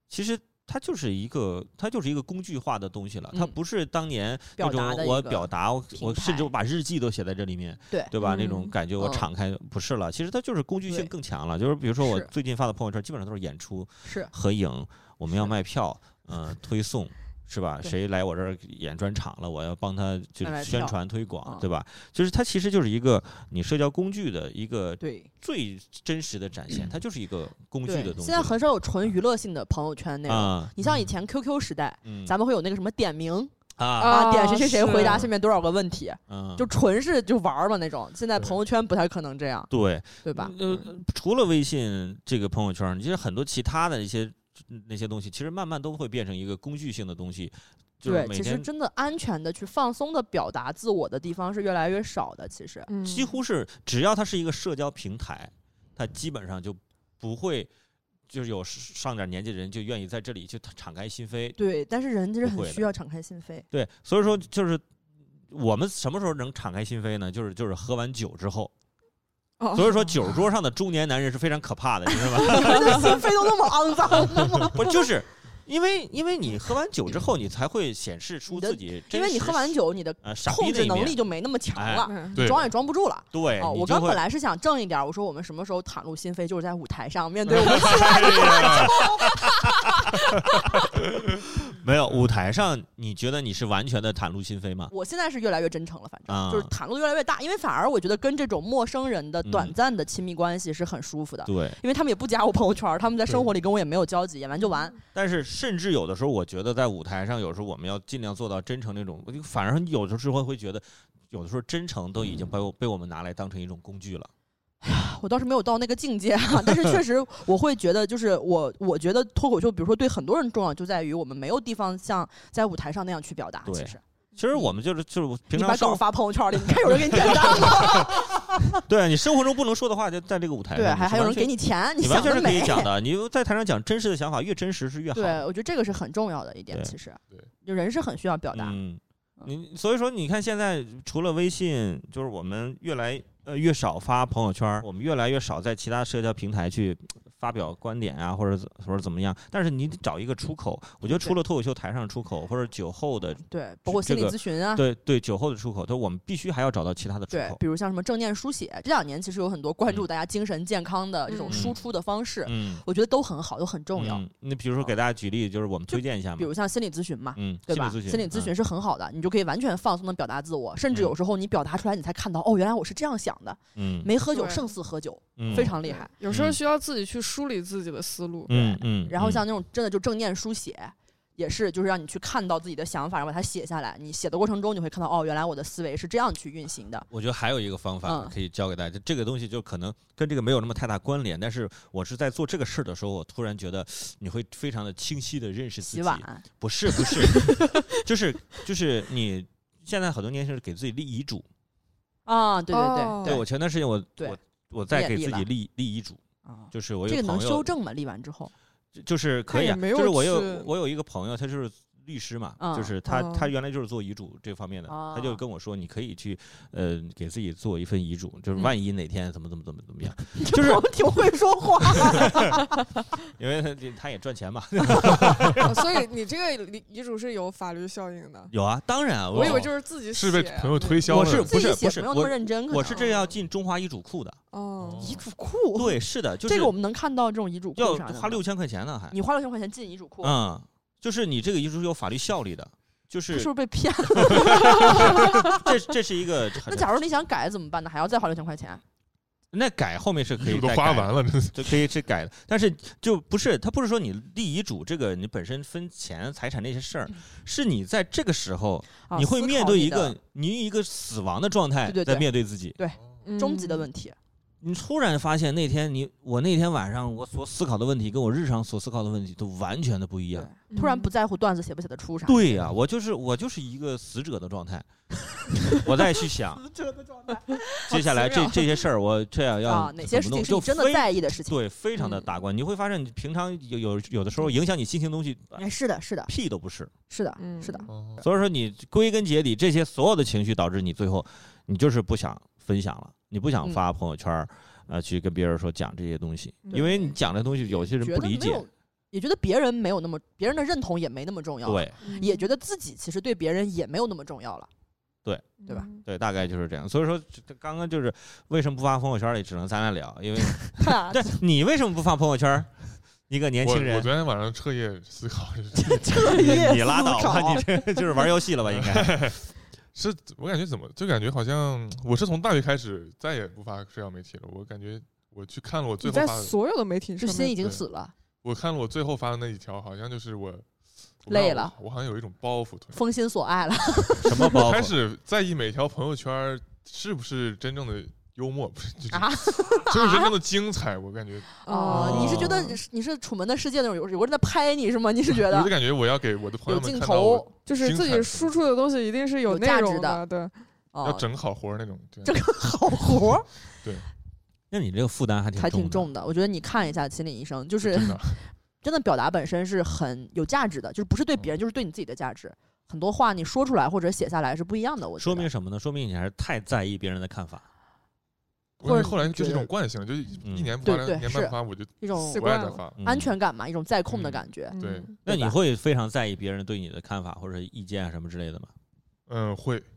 其实。它就是一个，它就是一个工具化的东西了。它嗯不是当年那表达的种一我个表达，我我平甚至台我把日记都写在这里面，对对吧？那嗯种感觉我嗯敞开，不是了。其实它就是工具对性更强了。就是比如说我是最近发的朋友圈，基本上都是演出、是合影，我们要是卖票， *laughs* 嗯，推送是吧？对谁来我这儿演专场了，我要帮他就卖卖是宣票传推啊广，对吧？就是它其实就是一个你社交工具的一个对最真实的展现，它就是一个工具对的东西。现在很少有纯娱乐性的朋友圈内容。啊，你像以前 QQ 时代，嗯咱们会有那个什么点名啊，啊，啊点谁谁谁是回答下面多少个问题，嗯，就纯是就玩儿嘛那种。现在对朋友圈不太可能这样，对，对吧？呃嗯，除了微信这个朋友圈，你其实很多其他的一些嗯那些东西，其实慢慢都会变成一个工具性的东西。就是对，每其实天真的安全的去放松的表达自我的地方是越来越少的。其实，嗯几乎是只要它是一个社交平台，它基本上就不会，就是有上点年纪的人就愿意在这里去敞开心扉。对，但是人就是不很会的需要敞开心扉。对，所以说就是我们什么时候能敞开心扉呢？就是就是喝完酒之后。哦所以说酒 *laughs* 桌上的中年男人是非常可怕的，你知道吗？ *laughs* 心扉都那么肮脏，不就是因为因为你喝完酒之后，你才会显示出你的自己真实，因为你喝完酒，你的呃傻逼控的制一能面力。就没那么强哎了，嗯对，装也装不住了。对，哦，你我就刚会本来是想正一点儿，我说我们什么时候袒露心扉，就是在舞台上面对我们。 *laughs* 没有舞台上，你觉得你是完全的袒露心扉吗？我现在是越来越真诚了，反正啊就是袒露越来越大，因为反而我觉得跟这种陌生人的短嗯暂的亲密关系是很舒服的，对，因为他们也不加我朋友圈儿，他们在生对活里跟我也没有交集，演完就完。但是，甚至有的时候，我觉得在舞台上，有时候我们要尽量做到真诚那种。我就反而有的时候会觉得，有的时候真诚都已嗯经被我被我们拿来当成一种工具了。我倒是没有到那个境界 *laughs* 啊，但是确实我会觉得，就是我我觉得脱口秀，比如说对很多人重要，就在于我们没有地方像在舞台上那样去表达。对其实其实我们就是就是平你常把生稿活发朋友圈儿里，你看有人给你点赞吗？对你生活中不能说的话，就在这个舞台上，对，还还有人给你你钱，是想完全，你完全得是可以美。讲的。你在台上讲真实的想法，越真实是越好。对，我觉得这个是很重要的一点，对其实对，就人是很需要表达。嗯，你所以说你看现在除了微信，就是我们越来呃越少发朋友圈儿，我们越来越少在其他社交平台去呃发表观点啊，或者怎或者怎么样。但是你得找一个出口，我觉得除了脱口秀台上的出口，或者酒后的。对，包括这心理个咨询啊，对对，酒后的出口，但我们必须还要找到其他的出对口，。比如像什么正念书写，这两年其实有很多关注大家精神健康的这种嗯输出的方式，嗯，我觉得都很好，都很重要。嗯。那比如说给大家举例，就是我们推荐一下比嘛，如像心理咨询嘛，嗯，对心理吧？咨询，心理咨询是很好的，你就可以完全放松的表达自我，甚至有嗯时候你表达出来，你才看到哦，原来我是这样想的。嗯，没喝酒对胜似喝酒，嗯，非常厉害。有时候需要自己去梳理自己的思路。嗯嗯。然后嗯像那种真的就正念书写，也是就是让你去看到自己的想法，然后把它写下来。你写的过程中，你会看到哦，原来我的思维是这样去运行的。我觉得还有一个方法嗯可以教给大家，这个东西就可能跟这个没有那么太大关联，但是我是在做这个事儿的时候，我突然觉得你会非常的清晰的认识自洗己。碗，不是不 *laughs* 是，就是就是你现在很多年轻人给自己立遗嘱。啊，对对对、哦我前段时间我对我我在也给立自己了立立遗嘱，啊，就是我这有个能朋修友 *laughs* 正吗？立完之后，就就是可那以也啊，没就是有我有去我有一个朋友，他就是律师嘛，嗯就是他、哦他原来就是做遗嘱这方面的，哦他就跟我说，你可以去呃给自己做一份遗嘱，嗯就是万一哪天怎么怎么怎么怎 *laughs* 么样，就是我们挺会说话，因为他他也赚钱嘛。 *laughs* 哦所以你这个遗遗嘱是有法律效 *laughs* 应的。有啊，当然我以为就是自己是写，被朋友推销我的是自不己是写不是没有那么我认真，可我能是这要进中华遗嘱库 *laughs* 的，哦，遗嘱库，，对，是的，就是这个我们能看到这种遗嘱要库啥的吗，花六千块钱呢，还你花六千块钱进遗嘱库，嗯，就是你这个遗嘱是有法律效力的，就他是是不是被骗？这这是一个很 *laughs* 那假如你想改怎么办呢？还要再花六千块钱？啊那改后面是可遗以嘱都再花改的完了，真是就可以去改的。但是就不是，他不是说你立遗嘱这个你本身分钱财产这些事儿，是你在这个时候啊你会嗯思面考对你一的个嗯你一个死亡的状态对对对在面对自己。终极的问题，你突然发现那天你我那天晚上我所思考的问题跟我日常所思考的问题都完全的不一样。嗯啊突然不在乎段子写不写得出啥，对呀、我就是我就是一个死者的状 *laughs* 态，我再去想这个状态接下来这这些事儿，我这样要啊，哪些事怎么弄情是就你真的非在意的事情？对，非常的嗯大观。你会发现，你平常有有有的时候影响你心情的东西，哎，是的，是的，屁都不是。是的，嗯是的，所以说，你归根结底，这些所有的情绪导致你最后，你就是不想分享了，你不想嗯发朋友圈儿，呃，去跟别人说讲这些东西，嗯因为你讲这东西，有些人觉不得没理解，有，也觉得别人没有那么，别人的认同也没那么重要，，对嗯也觉得自己其实对别人也没有那么重要 *laughs* 了。得对吧？对，大概就是这样。所以说，这刚刚就是为什么不发朋友圈儿里，只能咱俩聊， *laughs* 因为对你为什么不发朋友圈儿？一个年我我轻人，昨天晚上彻夜思考， *laughs* 彻夜你拉思倒吧，考你这就是玩游戏了吧？*laughs* 应该是我感觉怎么就感觉好像我是从大学开始再也不发社交媒体了。我感觉我去看了我最你后在发的，所有的媒体就上心面已经对死了，我看了我最后发的那几条，好像就是我我累让我了我好像有一种包袱，突然封心所爱了。什么包开袱？始在意每条朋友圈是不是真正的幽默，不是 *laughs* 就是啊就是真正的精彩。我感觉哦，你是觉得你是你是《楚门的世界》那种有有个人在拍你是吗？你是 *laughs* 觉我得啊就感觉我要给我的朋友有们镜看到我头就是自精彩己的输出的东西一定是有有内价值容的对，要哦，整好活儿那种。对这个好活儿那你这个负担还挺还挺的重的。我觉得你看一下心理医生，就是真的真的表达本身是很有价值的，就是不是对嗯别人，就是对你自己的价值。很多话你说出来或者写下来是不一样的。我觉说得明什么呢？说明你还是太在意别人的看法。我感觉 *laughs* 或者后来就是一觉得种惯性，就是嗯一年不发，对对一年是哦半不发，我就一种习不爱惯再了发。嗯安全感嘛，一种在控的感觉。嗯对那你吧会非常在意别人对你的看法或者意见啊什么之类的吗？嗯，会 *laughs*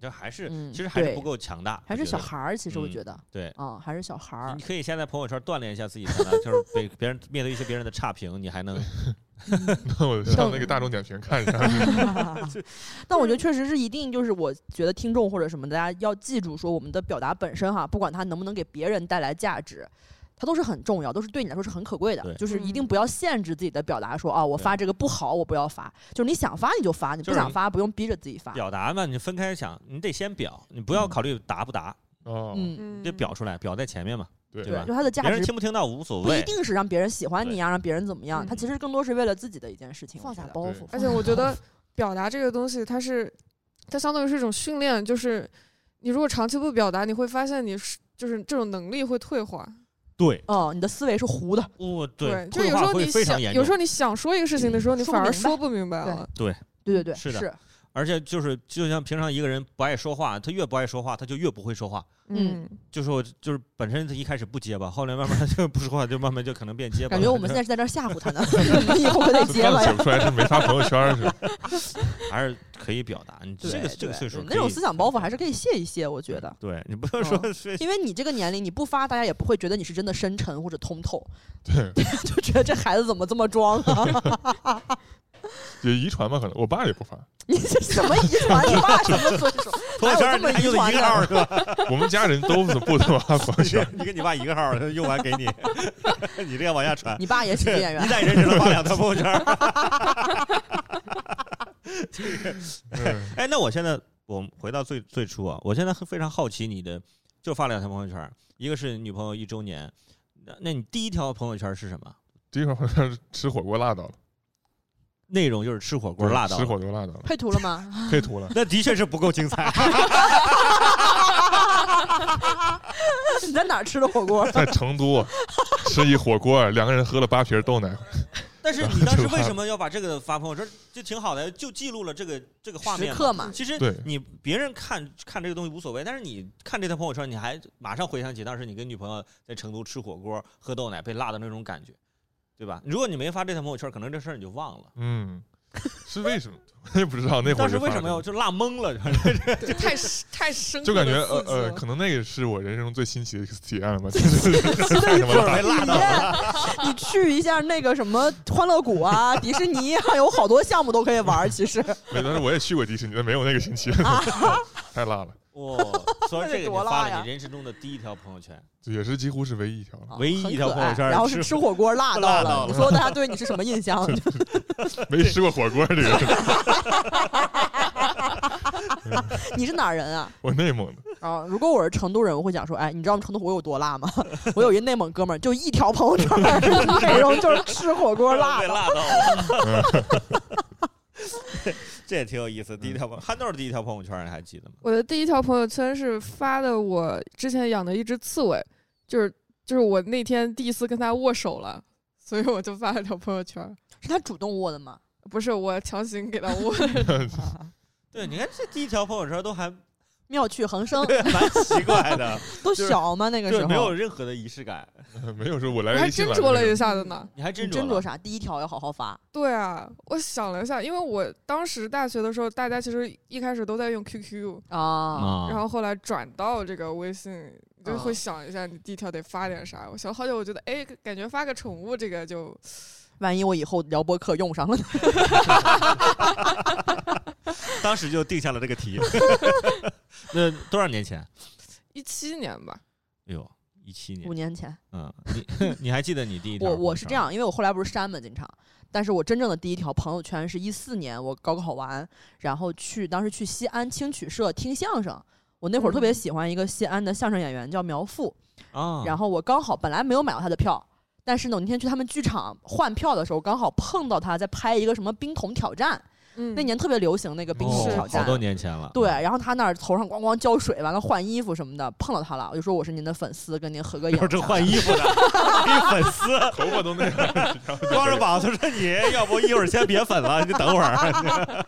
这还是、嗯其实还是对不够强大，还我是觉小得孩儿，其实我嗯觉得对。啊，还是小孩儿你。可以先在朋友圈锻炼一下自己的强大， *laughs* 就是被别人面对一些别人的差评，你还能那我上那个大众点评看一下。嗯 *laughs* 但我觉得确实是一定，就是我觉得听众或者什么，大家要记住说，我们的表达本身哈，不管它能不能给别人带来价值，它都是很重要，都是对你来说是很可贵的对。就是一定嗯不要限制自己的表达，说啊，我对发这个不好，我不要发。就是你想发你就发，你就不是想你发不用逼着自己发。表达嘛，你分开想，你得先表，你不要考虑答不答，哦，嗯，嗯你得表出来，表在前面嘛，对对吧就它的价别人值听不听到无所不一谓。定是让别人喜欢你啊，让别人怎么样，嗯它其实更多是为了自己的一件事情。放我觉下得包对袱，而且我觉得表达这个东西，它是它相当于是一种训练，就是你如果长期不表达，你会发现你是就是这种能力会退化。对，哦，你的思维是糊的，我对，就退有时化候会你非常想，严有时重。候你想说一个事情的时候，你说反不而明嗯说不明白了。对对对，是的是而且就是就像平常一个人不爱说话，他越不爱说话，他就越不会说话。嗯嗯，就是我就是本身他一开始不结巴，后来慢慢就不说话，就慢慢就可能变结巴了。感觉我们现在是在这儿吓唬 *laughs* 他呢，以后可得就结看巴写呀。不出来是没发朋友圈是吧？还是可以表达。你这个对这个对岁数对可那种以嗯思想包袱还是可以卸一卸，我觉得。对你不要说嗯是因为你这个年龄，你不发，大家也不会觉得你是真的深沉或者通透， *laughs* 对，就觉得这孩子怎么这么装啊？ *laughs* 也遗传吧，可能我爸也不发。你这什么遗传？你爸什么岁数？ *laughs* 朋友哪圈有这么你还遗用的传一个号的？是吧？我们家人都不怎么发朋友 *laughs* 圈，你给你爸一个号，用完给你，你这样往下传。你爸也喜剧演员一，代人只能发两条朋友圈。 *laughs* 嗯哎，那我现在我们回到最最初啊，我现在非常好奇你的，就发两条朋友圈，一个是女朋友一周年，那那你第一条朋友圈是什么？第一条朋友圈是吃火锅辣到了，内容就是吃火锅辣到嗯吃了，火锅辣到了，配图了吗？ *laughs* 配图了。那的确是不够精彩。你在哪儿吃的火锅？啊在成都吃一火锅，两个人喝了八瓶豆奶，但是你当时为什么要把这个发朋友圈？这挺好的，就记录了这个这个画面时刻嘛其实对你别人看看这个东西无所谓，但是你看这条朋友圈，你还马上回想起当时你跟女朋友在成都吃火锅、喝豆奶被辣的那种感觉，对吧？如果你没发这条朋友圈，可能这事儿你就忘了。嗯，是为什么？ *laughs* 我也不知道那会儿当是时为发什么生要就辣 *laughs* 懵了？对太太深刻就感觉的呃刺激呃，了可能那个是我人生中最新奇的一次体验了吧，就是 *laughs* 太他妈大了。体验， *laughs* 你去一下那个什么欢乐 *laughs* 谷啊、迪士尼啊，有好多项目都可以玩儿。其实没但是我也去过迪士尼，但没有那个星期， *laughs* 太辣了，哇、所以这个你发了你人生中的第一条朋友圈，也是几乎是唯一一条。 *laughs* 啊唯一一条朋友圈很可爱然后是吃火锅辣 *laughs* 到辣了，到了你说大家对你是什么 *laughs* 印象？没吃过火锅这个，你是哪儿人啊？我内蒙的，然后如果我是成都人，我会讲说，哎，你知道我们成都火锅有多 *laughs* 辣吗？我有一内蒙哥们儿，就一条朋友圈儿，内容就是吃火锅辣被 *laughs* 的。辣到了。 *laughs* 这也挺有意思，第一条嗯朋友憨豆儿的第一条朋友圈你还记得吗？我的第一条朋友圈是发的我之前养的一只刺猬，就是就是我那天第一次跟它握手了，所以我就发了条朋友圈。是他主动握 *laughs* 的吗？不是我强行给它握，啊对，你看这第一条朋友圈都 *laughs* 还妙趣横生，蛮奇怪的，都小吗？ *laughs* 那个时对，候没有任何的仪式感。没有说我来我还微信斟了。酌了这一个下的呢。你还你斟斟酌酌了，啥？第一条要好好发，对啊，我想了一下，因为我当时大学的时候，大家其实一开始都在用 QQ，啊，啊然后后来转到这个微信，你就嗯会啊想一下你第一条得发点啥。我想了好久，我觉得哎，感觉发个宠物这个就万一我以后聊播客用上了呢？当时就定下了这个 *laughs* 题。那多少年前？一七年吧，哎呦，一七年五。年前，嗯，你你 *laughs* 还记得你第一条我朋友圈吗？我是这样，因为我后来不是删嘛，经常。但是我真正的第一条朋友圈是一四年，我高考完，然后去当时去西安青曲社听相声。我那会儿特别嗯喜欢一个西安的相声演员叫苗阜，啊，然后后我刚好本来没有买到他的票，但是呢，我那天去他们剧场换票的时候，刚好碰到他在拍一个什么冰桶挑战，嗯，那年特别流行那个冰桶是挑战，哦好多年前了。对，然后他那儿头上咣咣浇水，完了换衣服什么的，碰到他了，我就说我是您的粉丝，跟您 *laughs* 合个影。有这换衣服的，一粉 *laughs* 丝头发都那样，光着膀子说：“你要不一会儿先别粉了，你等会儿。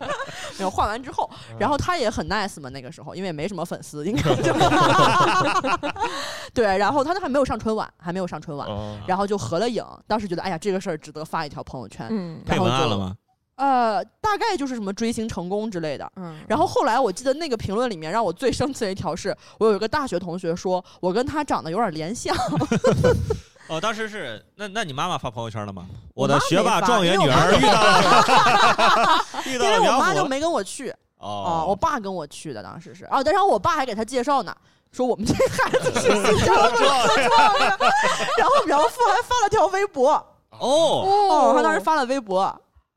没有换完之后，嗯然后他也很 nice 嘛，那个时候因为也没什么粉丝，应该就 *laughs* 对，然后他那还没有上春晚，还没有上春晚，啊，然后就合了影，当时觉得哎呀，这个事儿值得发一条朋友圈，嗯配然后文案就了吗？呃，大概就是什么追星成功之类的。嗯，然后后来我记得那个评论里面让我最生气的一条是，我有一个大学同学说我跟他长得有点连像，哦，当时是那那你妈妈发朋友圈了吗？我的妈学没霸发状因元为女我妈儿遇到了遇因到了为我苗妈就圃没跟我去，啊、哦我爸跟我去的，当时是啊，但是我爸还给他介绍呢，说我们这孩子是新疆的 *laughs* 然后苗阜还发了条微博，哦哦，他当时发了微博，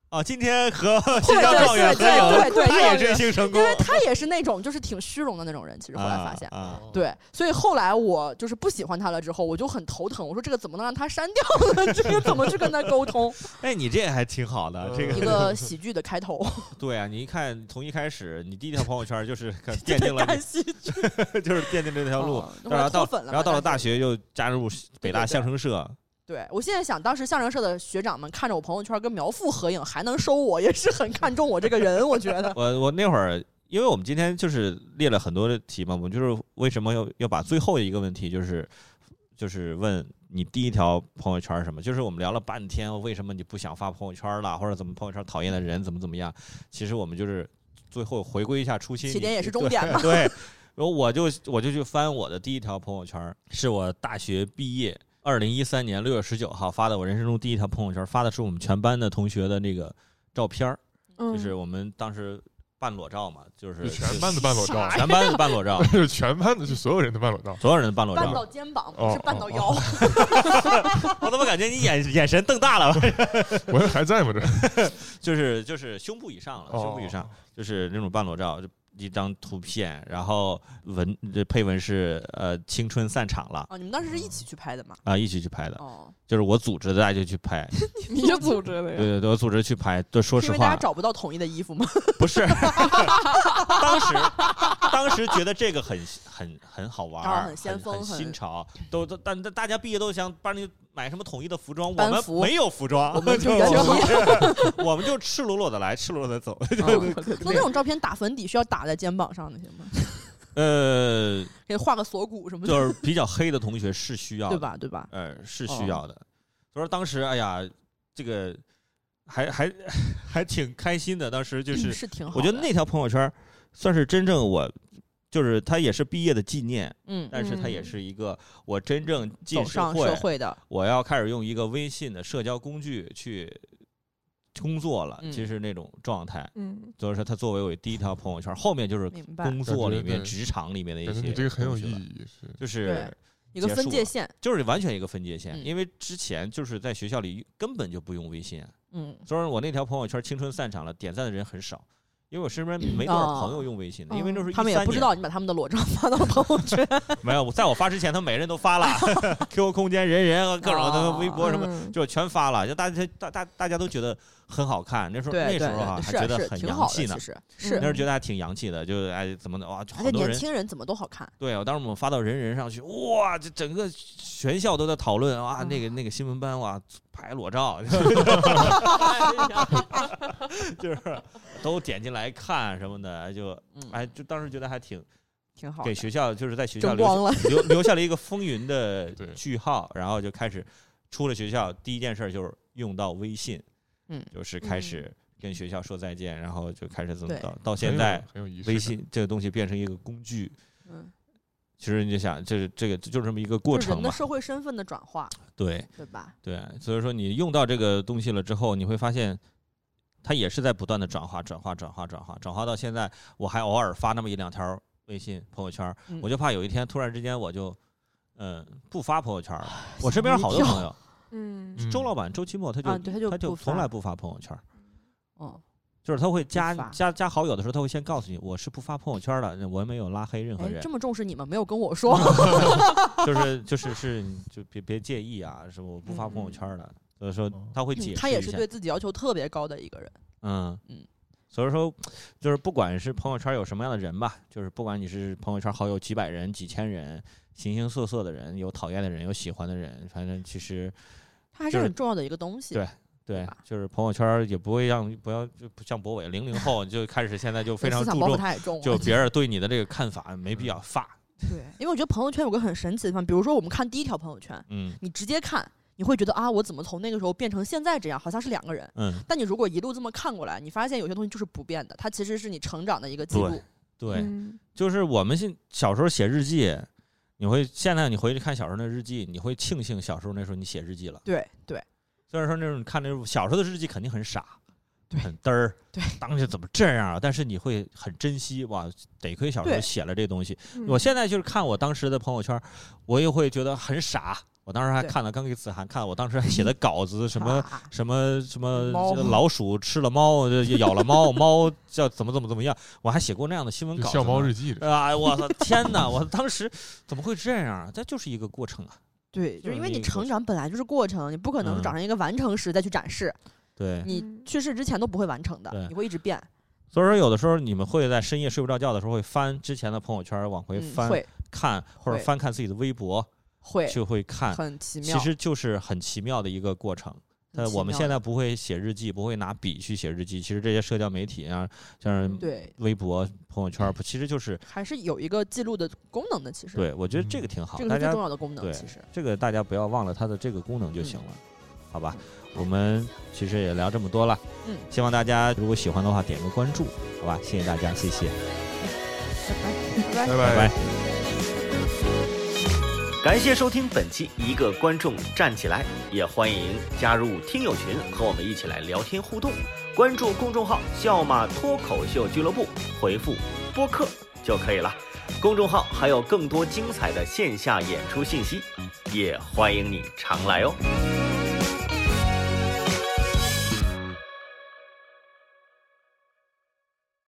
哦，今天和对新疆状元对合影，对对对，他也追对星成功因。为他也是那种就是挺虚荣的那种人，其实后来发现。嗯啊，哦对，所以后来我就是不喜欢他了，之后我就很头疼。我说这个怎么能让他删掉呢？ *laughs* 这个怎么去跟他沟通？啊哎，你这还挺好的，这嗯一个个喜剧的开 *laughs* 头，对啊，你一看从一开很感谢你你第一条朋友圈就是 *laughs* 奠定了干喜剧。 *laughs* 你，就是奠定这条路哦，然后到脱粉了然后到了大大学又加入北大相声社，对我现在想，当时相声社的学长们看着我朋友圈跟苗阜合影，还能收我，也是很看重我这个人。我觉 *laughs* 得我我那会儿，因为我们今天就是列了很多的题嘛，我们就是为什么要要把最后一个问题就是就是问你第一条朋友圈是什么？就是我们聊了半天，为什么你不想发朋友圈了，或者怎么朋友圈讨厌的人怎么怎么样？其实我们就是最后回归一下初心，起点你也是终点嘛。 *laughs* 对，然后我就我就去翻我的第一条朋友圈儿，是我大学毕业，二零一三年六月十九号发的我人生中第一条朋友圈儿，发的是我们全班的同学的那个照片儿，就嗯就是我们当时半裸照嘛，就是就全班的半裸照，全班的半裸照，就是全班的，是所有人的半裸照。所有人的半裸绊照到。肩膀哦不是绊到哦腰，我怎么感觉你眼眼神瞪大了？ *laughs* 我还在吗？这就是就是胸部以上了，胸部以哦上，就是那种半裸照，就一张图片，然后文这配文是呃青春散场了啊！你们当时是一起去拍的嘛？啊，一起去拍的， *laughs* 哦，就是我组织的大家就去拍。 *laughs* 你就组织的对呀，对对，我组织去拍。对，说是实因为大话哦家，找不到统一的衣 *laughs* 服吗？不是，当时当时觉得这个很很很好玩当然儿，哦很先锋很很新潮，都都但但大家毕业都想把你买什么统一的服装，我班们服没有服装，我们就原我们是 *laughs* 我们就赤裸裸的来，赤裸裸的走。 *laughs* 那那种照片打粉底需要打在肩膀上的行吗？呃，给画个锁骨什么的，就是比较黑的同学是需要的对吧？对吧？呃，是需要的。所以说当时，哎呀，这个还还还挺开心的。当时就嗯是，是挺好的。我觉得那条朋友圈儿算是真正我，就是它也是毕业的纪念，嗯但是它也嗯是一个我真正进走社上会，社会的，我要开始用一个微信的社交工具去工作了，嗯其实那种状态。嗯，所以说，它作为我第一条朋友圈儿，后面就是明白？工作里感觉面、对职场里面的一感觉些，你这个很有意，义，是就是对。一个结分束界了线，就是完全一个分界线，嗯因为之前就是在学校里根本就不用微信、啊，嗯，所以说我那条朋友圈青春散场了，点赞的人很少，因为我身边没多少朋友用微信的，因为那时候哦嗯他们也13不知年道你把他们的裸照发到了朋友圈，没有，在我发之前，他们每人都发 *laughs* 了，QQ 空间、人人各种的哦微博什么。嗯就全发了，就大家大大大家都觉得很好看， *laughs* 那时候那对对时候啊对，还是觉得是很挺洋好气的，呢嗯其，实那是时，候觉得还挺洋气的，就是哎怎么的哇，而好多且年人轻人怎么都好看，对我当时我们发到人人上去，哇，这整个全校都在讨论啊，那个那个新闻班哇拍裸照， *laughs* 就是都点进来看什么的，就嗯，哎，就当时觉得还挺挺好给的，学校就是在学校争留下光了，留 *laughs* 留下了一个风云的对句号，然后就开始出了学校，第一件事就是用到微信，嗯就是开始跟学校说再见，然后就开始怎么对到到很现有在，很有仪式感微信这个东西变成一个工具，嗯，其实你就想，这这个就是这么一个过就是程人的嘛，社会身份的转化，对对吧？对，所以说你用到这个东西了之后，你会发现。它也是在不断的转化、转化、转化、转化、转化到现在，我还偶尔发那么一两条微信朋友圈儿，嗯我就怕有一天突然之间我就，嗯，不发朋友圈儿了。啊我身边好多朋友，嗯嗯周老板周奇墨他就啊对他就不发从来不发朋友圈儿，哦，就是他会加不发加加好友的时候，他会先告诉你我是不发朋友圈儿的，我没有拉黑任何哎，人嗯这，么重视你们，没有跟我 *laughs* 说， *laughs* 就是就是是你就别别介意啊，什么我不发朋友圈儿的，所以说他会解释嗯他也一是下，对自己要求特别高的一个人，嗯嗯。所以说，就是不管是朋友圈有什么样的人吧，就是不管你是朋友圈好友几百人、几千人，形形色色的人，有讨厌的人，有喜欢的人，反正其实他还就是是很重要的一个东西，对对对吧，就是朋友圈儿也不会让不要就不像博伟零零后就开始现在就非常思注想包袱重，太重了，就别人对你的这个看法没必要嗯发，对，因为我觉得朋友圈有个很神奇的地方，比如说我们看第一条朋友圈，嗯你直接看，你会觉得啊，我怎么从那个时候变成现在这样，好像是两个人。嗯，但你如果一路这么看过来，你发现有些东西就是不变的，它其实是你成长的一个记录对。对，嗯就是我们现小时候写日记，你会现在你回去看小时候的日记，你会庆幸小时候那时候你写日记了，对对，虽然说那种你看那种小时候的日记肯定很傻。对很嘚儿，对，当时怎么这样啊？但是你会很珍惜哇，得亏小时候对写了这东西，嗯我现在就是看我当时的朋友圈，我也会觉得很傻。我当时还对看了刚给子涵看，我当时还写的稿子，什么啊什么什么猫老鼠吃了猫， *laughs* 这咬了猫，猫叫怎么怎么怎么样，我还写过那样的新闻就稿子呢。校猫日记里，啊！我操，天哪！我当时怎么会这样啊？这就是一个过程啊。对，就就是是因为那你个过成程长本来就是过程，你不可嗯能是找上一个完成时再去展示，对，你嗯去世之前都不会完成对的，你会一直变。所以说有的时候你们会在深夜睡不着觉的时候，会翻之前的朋友圈往回嗯，翻会看，或者会翻看自己的微博，会就会看。很奇其妙。实就是很奇妙的一个过程。很但奇我们妙现的在不会写日记，不会拿笔去写日记。其实这些社交媒体啊，像是嗯对嗯微博、朋友圈儿，不其实就是还是有一个记录的功能的，其实对我觉得这个挺好。这个大是最家重要嗯的功能，对其实这个大家不要忘了它的这个功能就行了，好吧？我们其实也聊这么多了，嗯希望大家如果喜欢的话点个关注，好吧？谢谢大家，谢谢，拜拜拜拜。感谢收听本期《一个观众站起来》，也欢迎加入听友群和我们一起来聊天互动。关注公众号“笑马脱口秀俱乐部”，回复“播客”就可以了。公众号还有更多精彩的线下演出信息，也欢迎你常来哦。